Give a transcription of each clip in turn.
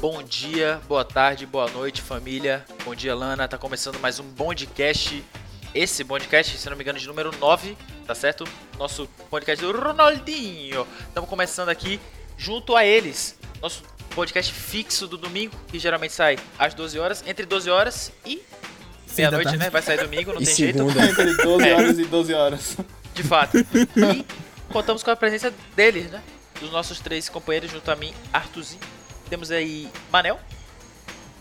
Bom dia, boa tarde, boa noite, família. Bom dia, Lana. Tá começando mais um Bondcast. Esse Bondcast, se não me engano, de número 9, tá certo? Nosso podcast do Ronaldinho. Estamos começando aqui junto a eles. Nosso podcast fixo do domingo, que geralmente sai às 12 horas, entre 12 horas e meia-noite, tarde. né? Vai sair domingo, não tá, E tem jeito. segunda. Entre 12 É. horas e 12 horas. De fato. E contamos com a presença deles, né? Dos nossos três companheiros junto a mim, Artuzinho. Temos aí Manel,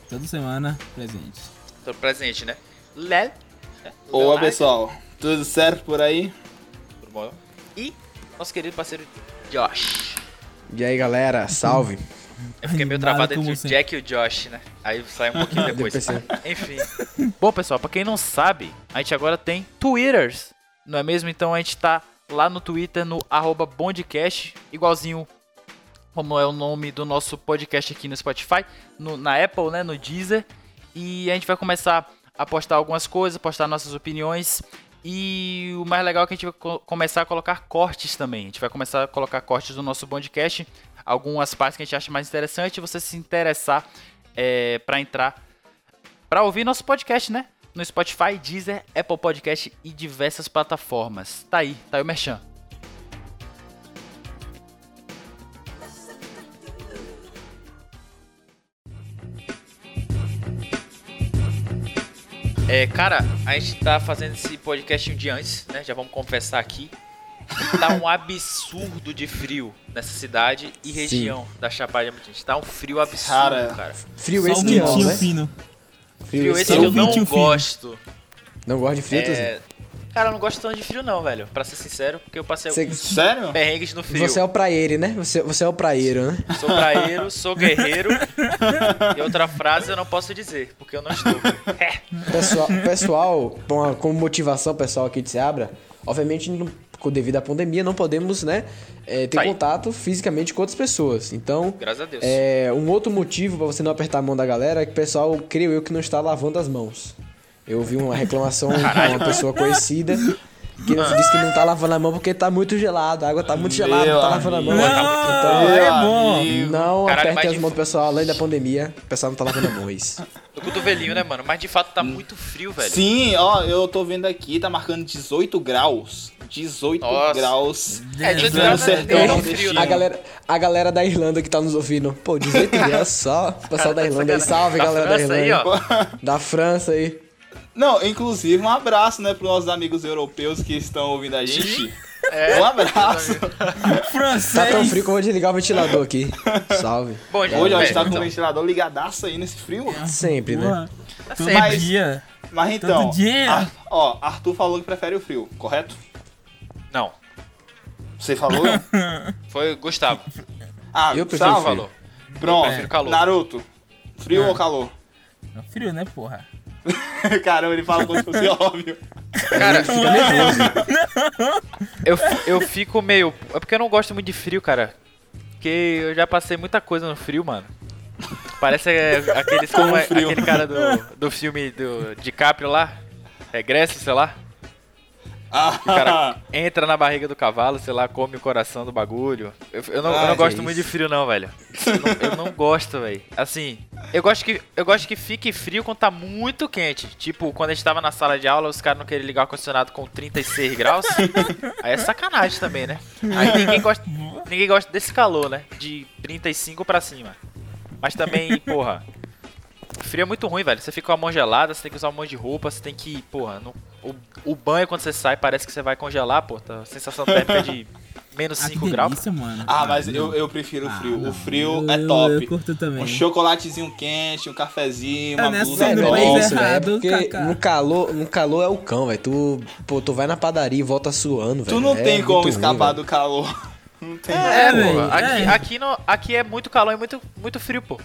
Toda semana, presente. todo presente, né? Lel. né? Boa, Leonardo, pessoal. Tudo certo por aí? tudo bom? E nosso querido parceiro Josh. E aí galera, salve! Eu fiquei meio Animado travado como entre o sempre. Jack e o Josh, né? Aí sai um pouquinho depois. Depois Enfim. Bom, pessoal, pra quem não sabe, a gente agora tem Twitters, não é mesmo? Então a gente tá lá no Twitter, no arroba Bondcast, igualzinho como é o nome do nosso podcast aqui no Spotify, no- na Apple, né, no Deezer. E a gente vai começar a postar algumas coisas, postar nossas opiniões. E o mais legal é que a gente vai co- começar a colocar cortes também. A gente vai começar a colocar cortes do nosso podcast, algumas partes que a gente acha mais interessante, você se interessar é, para entrar para ouvir nosso podcast, né? No Spotify, Deezer, Apple Podcast e diversas plataformas. Tá aí, tá aí o Merchan. É, cara, a gente tá fazendo esse podcast um dia antes, né? Já vamos confessar aqui. Tá um absurdo de frio nessa cidade e Sim. região da Chapada Diamantina. Tá um frio absurdo, Cara, cara. Frio Só um esse que não, minutinho né? fino. Frio esse Só que o eu não ventinho fino. gosto. Não gosta de frio, É, Cara, eu não gosto tanto de frio não, velho. Pra ser sincero, porque eu passei Cê- alguns Sério? perrengues no frio. Tuzinho? Você é o praieiro, né? Você, você é o praieiro, né? Sou praeiro, sou guerreiro. e outra frase eu não posso dizer, porque eu não estou. É, Pessoal, pessoal com a- como motivação pessoal aqui de Seabra, obviamente, não- com- devido à pandemia, não podemos, né, é, ter Sai. contato fisicamente com outras pessoas. Então, graças a Deus. é, um outro motivo pra você não apertar a mão da galera é que o pessoal, creio eu, que não está lavando as mãos. Eu vi uma reclamação de uma pessoa conhecida que disse que não tá lavando a mão porque tá muito gelado, a água tá muito gelada, Meu não tá lavando a mão. amigo. Então, Ah, é bom. amigo. Caralho, Não mas aperte as de- mãos do pessoal além da pandemia. O pessoal não tá lavando a mão, é isso. O cotovelinho, né, mano? Mas de fato tá muito frio, velho. Sim, ó, eu tô vendo aqui, tá marcando 18 graus. 18 Nossa. graus. É, 18 Pleno graus não é sertão nem tão nordestino. frio, Então, A né? galera, a galera da Irlanda que tá nos ouvindo. Pô, 18 graus é só. O pessoal da Irlanda aí. Salve, Da galera Tá França da aí, Irlanda. ó. Da França aí. Não, inclusive um abraço, né, pros nossos amigos europeus que estão ouvindo a gente. É. Um abraço. Francês. Tá tão frio que eu vou desligar o ventilador aqui. Salve. Bom, gente, Hoje, ó, a velho, gente tá com o então, ventilador ligadaço aí nesse frio. Sempre, né? Porra, tá Todo sempre. dia. Mas então, Todo dia. Ar- ó, Arthur falou que prefere o frio, correto? Não, Você falou? foi o Gustavo. Ah, Eu prefiro tá, frio. Falou. Pronto, prefiro calor. Naruto, frio ou calor? É frio, né, porra? Caramba, ele fala como se fosse óbvio. Cara, né? eu, eu fico meio. É porque eu não gosto muito de frio, cara. Porque eu já passei muita coisa no frio, mano. Parece é, aqueles, como é- frio. aquele cara do, do filme do DiCaprio lá. Regresso, sei lá. O cara Ah, entra na barriga do cavalo, sei lá, come o coração do bagulho. Eu, eu não, eu Ah, não que gosto isso. muito de frio, não, velho. Eu não, eu não gosto, velho. Assim, eu gosto, que, eu gosto que fique frio quando tá muito quente. Tipo, quando a gente tava na sala de aula, os caras não queriam ligar o condicionado com 36 graus. Aí é sacanagem também, né? Aí ninguém gosta, ninguém gosta desse calor, né? De 35 pra cima. Mas também, porra. Frio é muito ruim, velho. Você fica com a mão gelada, você tem que usar um monte de roupa, você tem que, porra, no- o, o banho quando você sai parece que você vai congelar, pô. Tá, a sensação térmica de menos Ah, que 5 graus. delícia, mano. ah, mas não. eu, eu prefiro o frio. não. o frio Eu- é top. Eu curto também. um chocolatezinho quente, um cafezinho, É, uma né, blusa sendo top. bem, é isso, né? velho. É errado, Porque Kaká. no calor, no calor é o cão, velho. Tu, pô, tu vai na padaria e volta suando, velho. Tu não É tem muito como ruim, escapar velho. do calor. Não tem. É, pô. velho, Aqui, é. Aqui, no, aqui é muito calor e muito, muito frio, pô.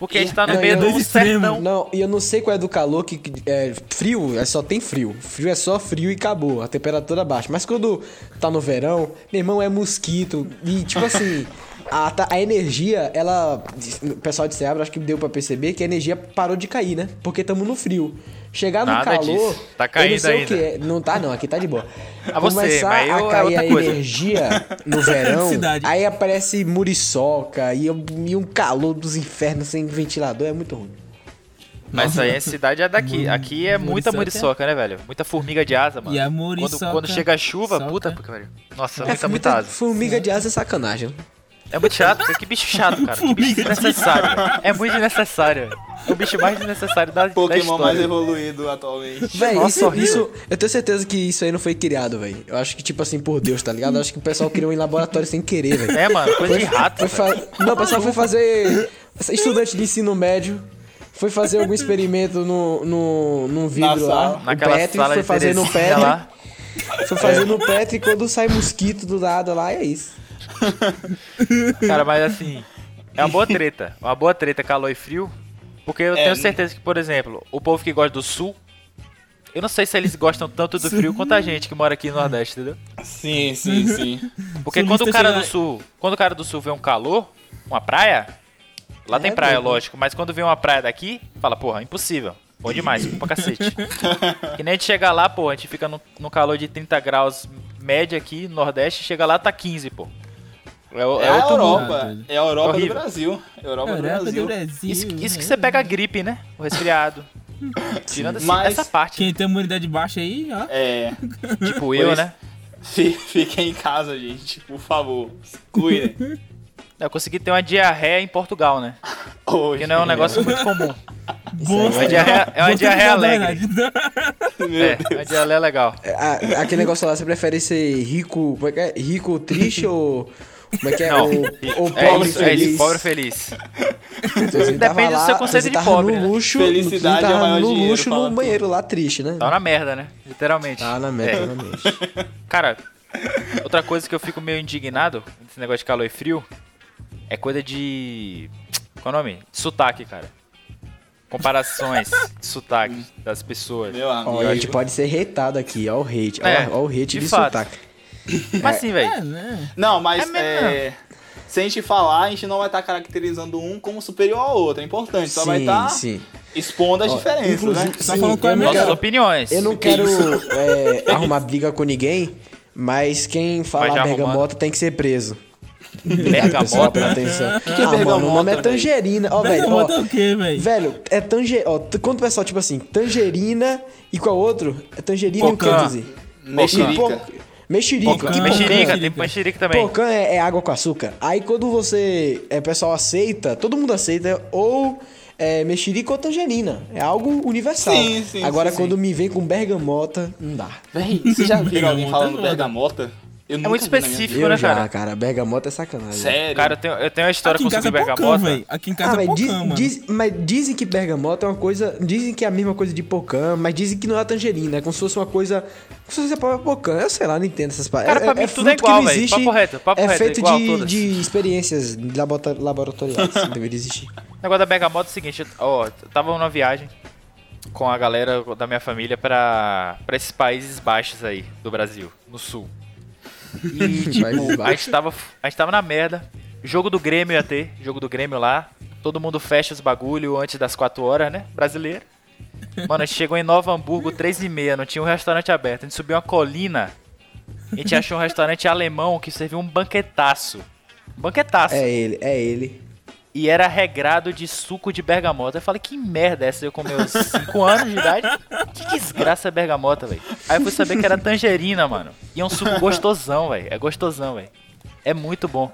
Porque a gente tá no Não, meio e do dois é extremos. sertão. Não, e eu não sei qual é do calor que que- é frio, é só tem frio. Frio é só frio e acabou, a temperatura baixa. Mas quando tá no verão, meu irmão é mosquito e tipo assim, a, ta- a energia, ela o pessoal de Seabra acho que deu pra perceber que a energia parou de cair, né? Porque tamo no frio. Chegar no Nada calor. disso. Tá eu caindo não sei ainda. O que é. Não tá, não. Aqui tá de boa. Ah, você, Começar mas eu- a é cair outra a coisa. É energia no verão. Cidade. aí aparece muriçoca e, um- e um calor dos infernos sem ventilador. É muito ruim. Mas aí a cidade é daqui. Aqui é muita muriçoca. muriçoca, né, velho? Muita formiga de asa, mano. E a quando, muriçoca- quando chega a chuva, soca. puta que pariu. Nossa, É, muita, muita asa. formiga de asa é sacanagem. né? É muito chato, cara. Que bicho chato, cara. Que bicho Formiga de desnecessário. É muito desnecessário. É o bicho mais desnecessário da, da Pokémon mais história. evoluído atualmente. Véi, Nossa, isso, horrível. isso- Eu tenho certeza que isso aí não foi criado, velho. Eu acho que, tipo assim, por Deus, tá ligado? Eu acho que o pessoal criou em laboratório sem querer, velho. É, mano, coisa de rato. Foi velho. fa- Não, o pessoal foi fazer. Estudante de ensino médio. Foi fazer algum experimento no, no, num vidro sala. lá. o Naquela Petri, sala foi né? de fazer no Terezinha Petri. lá. É. Foi fazer no Petri quando sai mosquito do nada lá, é isso. Cara, mas assim, é uma boa treta. Uma boa treta, calor e frio. Porque eu É, tenho né? certeza que, por exemplo, o povo que gosta do sul, eu não sei se eles gostam tanto do frio quanto a gente que mora aqui no Nordeste, entendeu? Sim, sim, sim. Porque Sulista quando o cara será- do sul. Quando o cara do sul vê um calor, uma praia, lá É, tem praia, doido. lógico. Mas quando vê uma praia daqui, fala, porra, impossível. Bom demais, pra cacete. que nem a gente chega lá, pô, a gente fica no, no calor de 30 graus média aqui, no Nordeste, chega lá, tá 15, pô. É, o- É é a outro mundo. Europa. mundo. É a Europa do Horrível. Brasil. É Europa do Europa do Brasil. Brasil. Isso, isso que né? você pega a gripe, né? O resfriado. Tirando assim, Mas- essa parte, Quem tem imunidade baixa aí, ó. É. tipo eu, isso- né? Fi- Fiquem em casa, gente. Por favor. Se Cuidem. Eu consegui ter uma diarreia em Portugal, né? Hoje. Que não é um negócio muito comum. Boa. É uma diarreia, é uma Você diarreia tá dando, alegre. Renato. Meu É, Deus. uma diarreia legal. É, a- aquele negócio lá, você prefere ser rico. Como é que é? Rico triste ou. Como é que é? Não, ou, ou É pobre isso, é feliz. isso, pobre feliz. Você tava Depende do lá, seu conceito você de tava pobre, No né? luxo, Felicidade você é o tava maior no dinheiro, luxo fala no tudo. banheiro lá triste, né? Tá na merda, né? Literalmente. Tá na É. meta, realmente. Cara, outra coisa que eu fico meio indignado nesse negócio de calor e frio é coisa de. Qual é o nome? Sotaque, cara. Comparações de sotaque das pessoas. Meu amigo. Ó, a gente pode ser reitado aqui, ó o hate. Ó, É, ó o hate de de, fato. sotaque. Mas assim, É, velho. né? Não, mas É mesmo. é, se a gente falar, a gente não vai estar caracterizando um como superior ao outro. É importante. Só vai estar sim. expondo as Ó, diferenças, né? inclusive- Só sim, falando qual é eu não melhor. Nossas quero- opiniões. Eu não quero é, arrumar briga com ninguém, mas Vai quem já falar arrumando. bergamota tem que ser preso. Obrigado, pessoal, pela Bergamota. atenção. que é ah, mano, o nome bergamota, é tangerina. Ó, velho, ó, Bergamota é o quê, velho? velho, é tangerina. Ó, t- quando o pessoal, tipo assim, tangerina e qual outro? É tangerina e o que Pocã. eu dizer? E Mexerica. po- Mexerica. Pocã. E E mexerica, Mexerica. tem mexerica também. Pocan é, é água com açúcar. Aí quando você. É, o pessoal aceita, todo mundo aceita, ou é, mexerica ou tangerina. É algo universal. Sim, sim, Agora sim, quando me vem com bergamota, não dá. Véi, vocês já viram alguém Bergamota falando não. bergamota? Eu nunca muito vi na minha específico, vida. né, Eu já, cara? cara, bergamota é sacanagem. Sério? Cara, eu tenho, eu tenho uma história com Aqui em o casa suco é de pocão, bergamota. velho. Aqui em Ah, casa é mas, diz- pocão, mano. diz- mas dizem que bergamota é uma coisa. Dizem que é a mesma coisa de pocan, mas dizem que não é tangerina. É como se fosse uma coisa. Como se fosse a própria pocan. Eu sei lá, não entendo essas paradas. Cara, pra mim tudo é fruto que não igual, velho. existe, Papo reto, papo é reto, é feito igual de, todas. de experiências labota- laboratoriais. não deveria existir. O negócio da bergamota é o seguinte, eu- ó, eu tava numa viagem com a galera da minha família pra, pra esses países baixos aí do Brasil, no sul. E Países tipo, a Baixos. gente, tava, a gente tava na merda, jogo do Grêmio ia ter, jogo do Grêmio lá, todo mundo fecha os bagulho antes das 4 horas, né, brasileiro. Mano, a gente chegou em Nova Hamburgo, 3 e meia, não tinha um restaurante aberto, a gente subiu uma colina, a gente achou um restaurante alemão que serviu um banquetaço. um Banquetaço. É ele, é ele. E era regrado de suco de bergamota. Eu falei, que merda é essa? Eu com meus 5 anos de idade. Que desgraça é bergamota, velho. Aí eu fui saber que era tangerina, mano. E é um suco gostosão, velho. É gostosão, velho. É muito bom.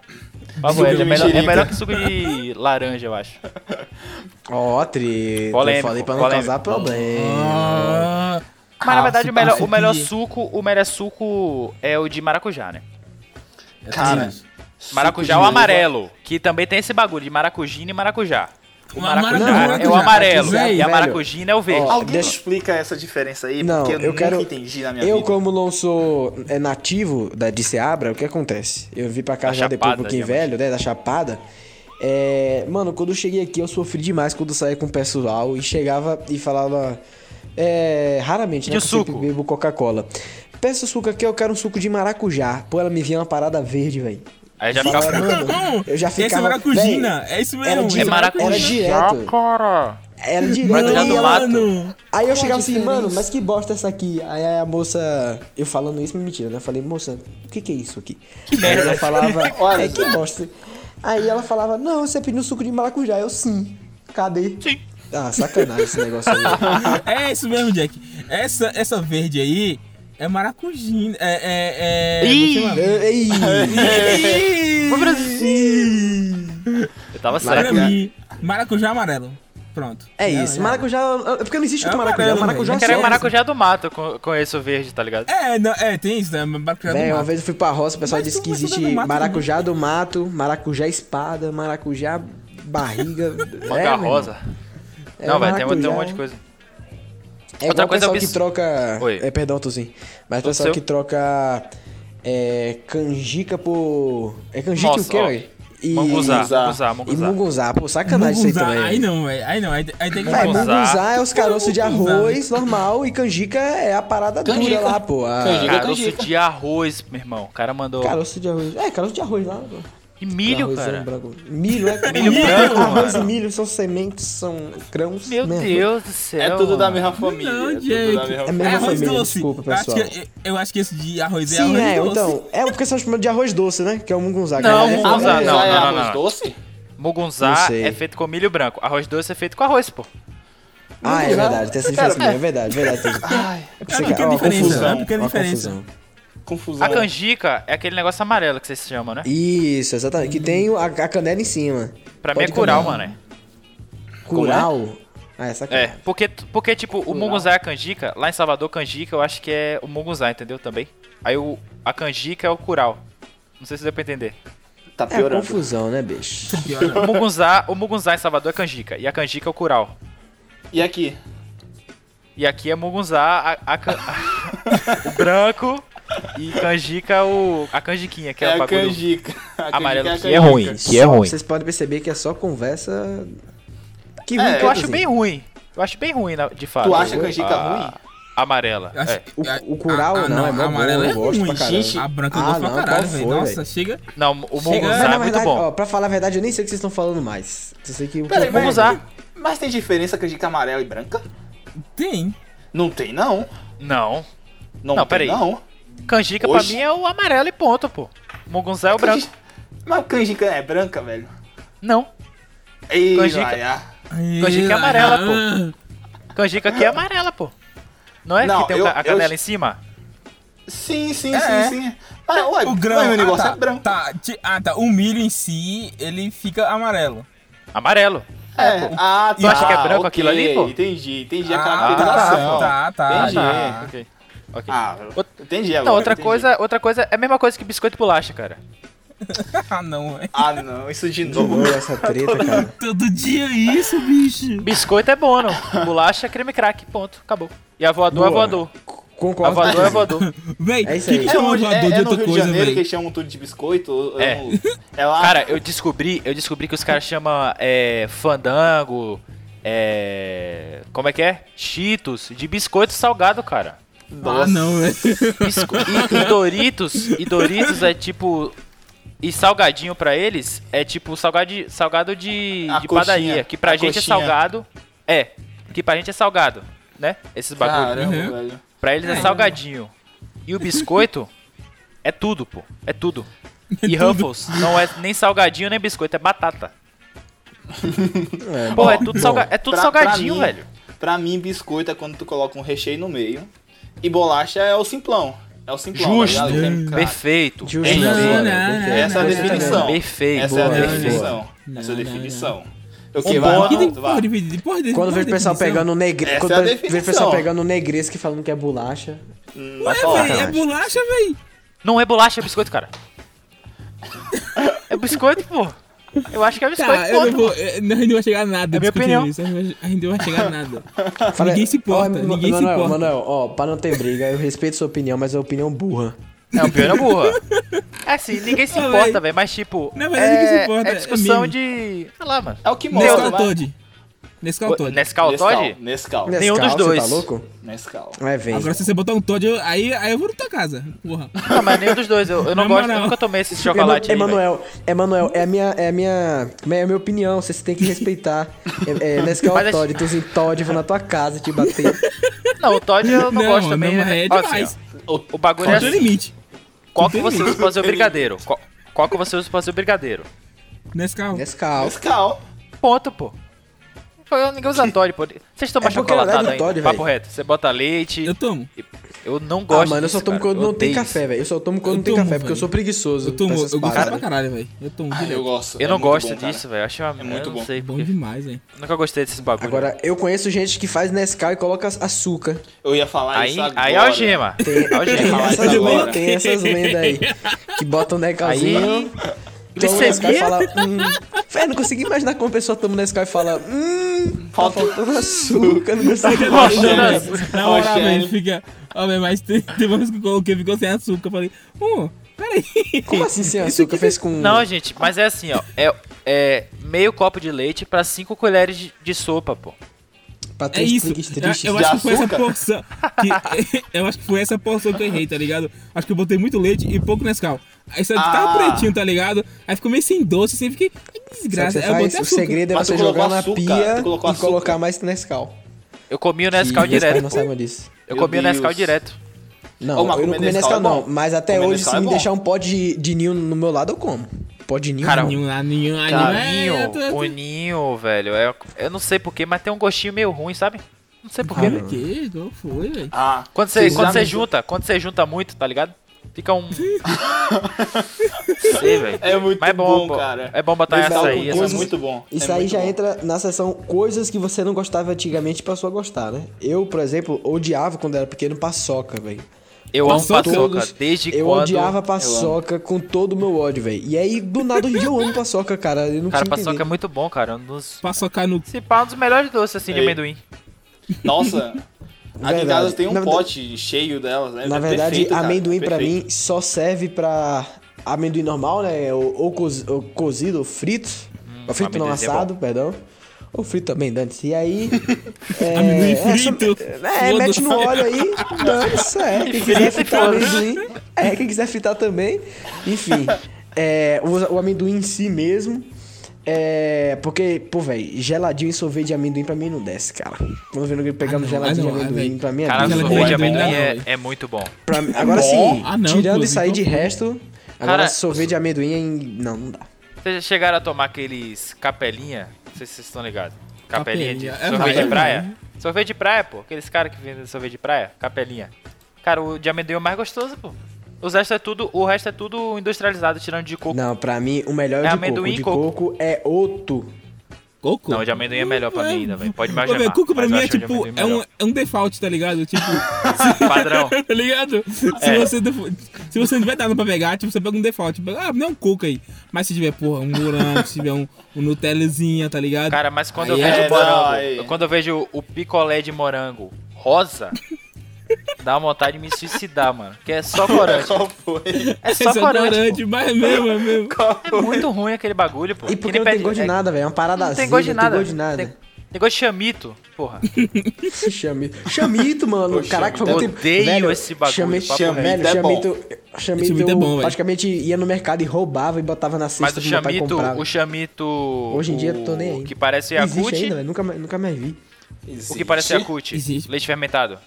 Papo Suco reto, de é, melhor, é mexerica. melhor que suco de laranja, eu acho. Ó, treta. Polêmico, eu falei pra não polêmico. causar problema. Ah, Mas na verdade, o suco- melhor, suco o melhor de- suco, o melhor suco é o de maracujá, né? É Cara, triste. Maracujá é o amarelo, que também tem esse bagulho de maracujina e maracujá. O Não, maracujá, maracujá. é o amarelo Velho, e a velho. maracujina é o verde. Ó, Alguém Deixa- me explica essa diferença É aí, Não, porque eu, eu, nunca quero. entendi na minha eu, vida. como não sou é, nativo da, de Seabra, o que acontece? Eu vim pra cá Da já depois um Chapada, pouquinho digamos. velho, né? Da Chapada. É, mano, quando eu cheguei aqui, eu sofri demais quando eu saía com o pessoal e chegava e falava. É, raramente, né? E o que eu sempre suco? bebo Coca-Cola. Peço suco aqui, eu quero um suco de maracujá. Pô, ela me vinha uma parada verde, velho. Aí já fica Fala, fruto. mano, eu já Esse é ficava. maracujina. É isso era mesmo. de- É Era maracujá, direto. cara. Ela Mas direto. tu já ali, do ela- mato. Aí eu Qual a chegava assim, diferença? mano, mas que bosta essa aqui. Aí a moça, eu falando isso, mentira, né? Eu falei, moça, o que que é isso aqui? Que merda. Ela falava, Olha. é, que bosta. Aí ela falava, não, você pediu suco de maracujá. Eu, sim. Cadê? Sim. Ah, sacanagem esse negócio aí. É isso mesmo, Jack. Essa, essa verde aí é maracujina. É. é, é Ih! como chama? É, Ei, Pro Brasil! Eu tava Pra certo. mim, maracujá amarelo. Pronto. é isso. Maracujá, é porque não existe outro É maracujá. amarelo, Maracujá velho. Eu quero só- né? maracujá do mato, eu co- conheço o verde, tá ligado? É, não, é, tem isso, né? Maracujá Véi, é do uma mato. vez eu fui pra roça, o pessoal Mas disse tu- que mas tu existe vai no mato, maracujá do mato, maracujá espada, maracujá barriga. é, meu Manga irmão. rosa. É não, velho, tem, tem um maracujá. monte de coisa. É Outra igual o coisa é o pessoal que bis- troca. Oi. É, perdão, Tuzinho. Mas o Tudo pessoal seu? que troca. É, canjica por. É canjica Nossa, o quê, ó. velho? E. Manguzá, Munguzá. munguzá, E munguzá. mungunzá. Pô, sacanagem isso aí Munguzá, também. né? Aí velho. não, véi, aí não. Aí, aí tem que Vai, Munguzá. mungunzá é os caroços de Munguzá. arroz normal e canjica é a parada Canjica. dura lá, pô. A... Canjica. Caroço de arroz, meu irmão. O cara mandou. Caroço de arroz. É, caroço de arroz lá. pô. E milho, Arrozão cara. branco. Milho, é. Milho branco, Arroz mano. e milho são sementes, são grãos. Meu né? Deus do céu. É tudo da mano. mesma família. Não, é tudo Jake. da mesma É família. É mesmo arroz família, doce. desculpa, Eu acho pessoal. que- eu- eu acho que esse de arroz é Sim, arroz é, doce. então. É porque são chamados de arroz doce, né? Que é o mungunzá. que Não, é- mungunzá é- Arroz né? não, é não, não, arroz não. doce? Mugunzá Não sei. é feito com milho branco. Arroz doce é feito com arroz, pô. Ah, é Mungunzá. verdade, tem essa diferença mesmo, é verdade, verdade. tem- Ai, É É uma pequena diferença, é uma pequena ó, diferença. confusão. confusão. A canjica é aquele negócio amarelo que vocês chamam, né? Isso, exatamente. Que tem o- a, a canela em cima. Pra mim é Pode curau, comer. mano. Curau? Ah, é É, sacanagem. porque, porque tipo, o mungunzá e a canjica, lá em Salvador, canjica eu acho que é o mungunzá, entendeu? Também. Aí o, a canjica é o curau. Não sei se deu pra entender. Tá É, piorando. confusão, né, bicho? O mugunzá, o mugunzá em Salvador é canjica, e a canjica é o curau. E aqui? E aqui é mugunzá, a, a can- o branco, e canjica é o, a canjiquinha, que É, é, o a bagulho canjica. A canjica amarelo, é a que é canjica. ruim, que é Só ruim. Vocês podem perceber que é só conversa... Que É, Que eu acho bem ruim. Eu acho bem ruim, na- de fato. Tu acha a canjica Ah. Amarela. Eu acho- Ah, É. O, o curau não, é mó bom, amarelo eu gosto pra ruim. caramba. Gente, A branca eu Ah, gosto pra não, qual caralho, velho. foi, Nossa, velho? chega. Não, o Mas, munguzá na é muito verdade, bom. ó, pra falar a verdade, eu nem sei o que vocês estão falando mais. Eu sei que o Peraí, Vamos mas- usar. Mas tem diferença canjica amarela e branca? Tem. Não tem, não. Não. Não, Não, tem, peraí. não. Canjica pra Oxi. mim é o amarelo e ponto, pô. Mugunzá é o branco. Canjica- Mas canjica é branca, velho? Não. Ei, Canjica. vai, ah. Canjica é amarela, Canjica aqui é amarela, pô. Não é Não, que tem o eu- ca- a eu- canela em cima? Sim, sim, É. sim, sim. Mas, ué, O ué, grão. meu negócio ah, tá, é branco. Tá, ti- ah, tá. O milho em si, ele fica amarelo. Amarelo. É, ah, Tu acha que é branco aquilo ali, pô? Entendi, entendi a Ah, caracterização. tá, tá, tá. Entendi. tá. Ok. Ok. é. Ah, Outra- entendi agora. não, outra entendi. coisa, outra coisa é a mesma coisa que biscoito e bolacha, cara. Ah, não, velho. Ah, não, isso De de novo. novo essa treta, cara. Todo dia é isso, bicho. Biscoito é bom, não. Bolacha é creme crack, ponto. Acabou. E a voador é Boa. voador. A Concordo. com voador é você. voador. Véi, É isso que aí. que É, chama onde, é, voador é de no outra Rio de coisa, Janeiro que velho? eles chamam tudo de biscoito? É. Eu não- é lá. Cara, eu descobri, eu descobri que os caras chamam é, fandango, é, como é que é? Cheetos, de biscoito salgado, cara. Ah, Nossa. não, velho. Bisco- e, e Doritos, e Doritos é tipo e salgadinho pra eles é tipo salgado de, salgado de, A de coxinha, padaria, que pra a gente coxinha. é salgado. É, que pra gente é salgado, né? Esses bagulho. Caramba, Uhum. velho. Pra eles é salgadinho. E o biscoito é tudo, pô. É tudo. E Ruffles não é nem salgadinho nem biscoito, é batata. É, Pô, bom, é tudo, bom. salga é tudo Pra- pra salgadinho, mim- velho. Pra mim, biscoito é quando tu coloca um recheio no meio. E bolacha é o simplão. É o simplão. Justo. tá ligado? Tem crack. Perfeito. Justo, É isso. não, Não, não, não, não, Essa é a não, definição. né? não. Perfeito. Essa é boa, a boa. definição. Essa é a não, definição. Que Ok, vai, que tem Ronaldo, porra vai. de de- porra de- Quando porra vejo o de pessoal é definição. pegando negre... Essa Quando é a vejo o pessoal definição. pegando negresco e falando que é bolacha. Hum, Ué, vai véi, falar. é bolacha, véi. Não é bolacha, é biscoito, cara. É biscoito, pô. Eu acho que é biscoito, Tá, eu ponto. não vou. eh, não, A gente não vai chegar a nada. É minha discutindo opinião. Isso. A gente vai- a gente não vai chegar a nada. Fala- ninguém se importa, Ó, ninguém se Manoel, importa. Manoel, ó, pra não ter briga, eu respeito sua opinião, mas é opinião burra. É um pior é burra. É assim, ninguém se Ah, importa, véi. velho, mas tipo. Na verdade, ninguém se é- importa, É discussão é meme. de. Sei lá, mano. É o que Neutro, Nestor mostra, vai. Todd. Nescau Todd. Nescau Todd? Nescau. Nescau. Nenhum dos Nescau, dois. Você tá louco? Nescau. Não é, vem. Agora se você botar um Todd, eu- aí, aí eu vou na tua casa. Porra. Não, mas nenhum dos dois. Eu, eu não, Na gosto, eu moral. nunca tomei esse chocolate. aí, velho. Emanuel, Emanuel, é a minha, é a minha, como é é a minha opinião, você tem que respeitar. É, é, Nescau Mas é- Todd, tu em Todd, vou na tua casa te bater. Não, o Todd eu não, Não, gosto também. não, né? é Ó, demais. ó, o, o bagulho é Falta o assim. limite. Qual que você limite. usa pra fazer o brigadeiro? Qual, qual que você usa pra fazer o brigadeiro? Nescau. Nescau. Nescau. Ponto, pô. Eu- Ninguém usa Todd, pô. Vocês tomam É porque eu levo chocolatada ainda? Todd, Papo velho. reto. Você bota leite. Eu tomo. Eu não gosto Ah, mano, eu só disso, tomo cara. quando Eu não tem odeio café, isso. velho. Eu só tomo quando Eu não tem tomo, café, porque eu velho. sou preguiçoso. Eu tomo. pra essas Eu gosto paradas. pra caralho, velho. Eu tomo. Ah, eu direto. gosto. Eu é não muito gosto bom, cara. disso, velho. Eu Acho É muito eu bom. Não sei Bom porque- demais, velho. Nunca gostei desses bagulho. Agora, eu conheço gente que faz Nescau e coloca açúcar. Eu ia falar aí, isso agora. aí é algema. Tem, tem, Algema. falar isso essas, agora. lendas, tem essas lendas aí. Que botam um Nescauzinho. Aí- toma um Glicemia. Nescau e fala. Hum. Véi, não consegui imaginar como a pessoa toma um Nescau e fala. Hum, Falta- tá faltando açúcar, não consegui. Poxa, Não, né? Na moral, Poxa, velho, né? fica. Ó, velho, mas tem, tem umas que eu coloquei, ficou sem açúcar. Eu falei, hum, peraí. Como assim sem açúcar? Fez com. Não, gente, mas é assim, ó. É, é meio copo de leite pra cinco colheres de, de sopa, pô. Pra É três isso. trinques tristes. Eu, eu De acho que foi essa açúcar? porção. que- eu acho que foi essa porção que eu errei, tá ligado? Acho que eu botei muito leite e pouco Nescau. Aí sabe que tava Ah. pretinho, tá ligado? Aí ficou meio sem doce, assim, fiquei. Que Sabe o que desgraça. você Aí eu faz? botei O açúcar. segredo é Mas tu você colocou jogar na açúcar, pia tu colocou e açúcar. colocar mais Nescau. Eu comi o Nescau E meus pais direto. não saibam disso. Eu Meu comi o Nescau Deus. direto. Não, Ô, mas eu não comer comi Nescau Nescau é não, bom. mas até Comer hoje, Nescau se é me bom. deixar um pó de, de ninho no meu lado, eu como. Pó de ninho. Cara, não. Ninho, lá, ninho, lá, Cara, ninho, é, tu- tu- o ninho, velho. é- eu não sei porquê, mas tem um gostinho meio ruim, sabe? Não sei porquê. Cara, que? Qual foi, velho? Ah, Quando você, Vocês quando já você me- junta, quando você junta muito, tá ligado? Fica um. sei, velho. É muito Mas é bom, pô. cara. É bom botar Nescau tá essa com aí. coisa Essa é muito bom. Isso É aí muito já bom. entra na seção coisas que você não gostava antigamente e passou a gostar, né? Eu, por exemplo, odiava quando era pequeno paçoca, velho. Eu amo Passou paçoca todos. desde eu quando. odiava paçoca com todo o meu ódio, velho. E aí, do nada, hoje em dia eu amo paçoca, cara. Eu não Cara, consigo paçoca é entender. muito bom, cara. Um dos. Paçocar no. Se pá, um dos melhores doces assim de Ei. amendoim. Nossa. Aqui em Verdade. casa tem um Na verdade- pote cheio delas, né? Na É verdade, tá. perfeito, cara. amendoim pra Perfeito. mim só serve pra amendoim normal, né? Ou, ou cozi- ou cozido, ou frito. Hum, ou frito não, amendoinzinho é assado, perdão. Ou frito também, dane-se. E aí. é, Amendoim é, só- frito. É, Foda-se. mete no óleo aí, dane-se. É, quem quiser fritar amendoim. É, quem quiser fritar também. Enfim, é, o, o amendoim em si mesmo. É. Porque, pô, velho, geladinho e sorvete de amendoim pra mim não desce, cara. Quando eu pegando Ah, não, geladinho ah, não, de ah, amendoim, velho. pra mim é Cara, bem Aquela sorvete de é bom, amendoim né, é, velho? é muito bom. Pra mim- agora bom? sim, Ah, não, tirando inclusive, isso aí de então- resto, agora Cara, sorvete de amendoim é em- não, não dá. Vocês já chegaram a tomar aqueles capelinha? Não sei se vocês estão ligados. Capelinha, de Capelinha. É, sorvete vai, de é, praia? Sorvete de praia, pô. Aqueles caras que vendem sorvete de praia. Capelinha. Cara, o de amendoim é o mais gostoso, pô. Os restos é tudo, o resto é tudo industrializado, tirando de coco. Não, pra mim o melhor É é o de amendoim e coco. O de coco, é outro. Coco? Não, o de amendoim é melhor pra mim ainda, velho. Pode Ô, velho, imaginar. Coco pra mas eu mim é acho o de tipo. amendoim É um, melhor. é um default, tá ligado? Tipo. Padrão. tá ligado? É. Se, você, se você não tiver dado pra pegar, tipo, você pega um default. Tipo, ah, não é um coco aí. Mas se tiver, porra, um morango, se tiver um, um Nutellazinha, tá ligado? Cara, mas quando Aí eu vejo é, o morango, não, aí. quando eu vejo o picolé de morango rosa, dá uma vontade de me suicidar, mano. Que é só corante. Qual foi? É só Esse é corante. pô. mas é mesmo, é mesmo. É muito ruim aquele bagulho, pô. E Que porque nem não tem pede- gosto de é- nada, velho. É uma parada Não tem azeda, gosto de nada. Não tem gosto de Tem, nada. tem gosto de chamito, porra. Esse Chamito. Chamito, mano. Ô, Caraca, foi chamito. muito tempo. Odeio velho, esse bagulho, Chamito, papo reto. velho, Chamito é bom. chamito, chamito, Chamito é bom, velho. praticamente ia no mercado e roubava e botava na Mas cesta o do meu pai e chamito, comprava. o chamito... Hoje em dia o- eu tô nem aí. Que parece Existe Yakut, ainda, velho. Nunca, mais- nunca mais vi. o que parece Yakut, Existe. leite fermentado.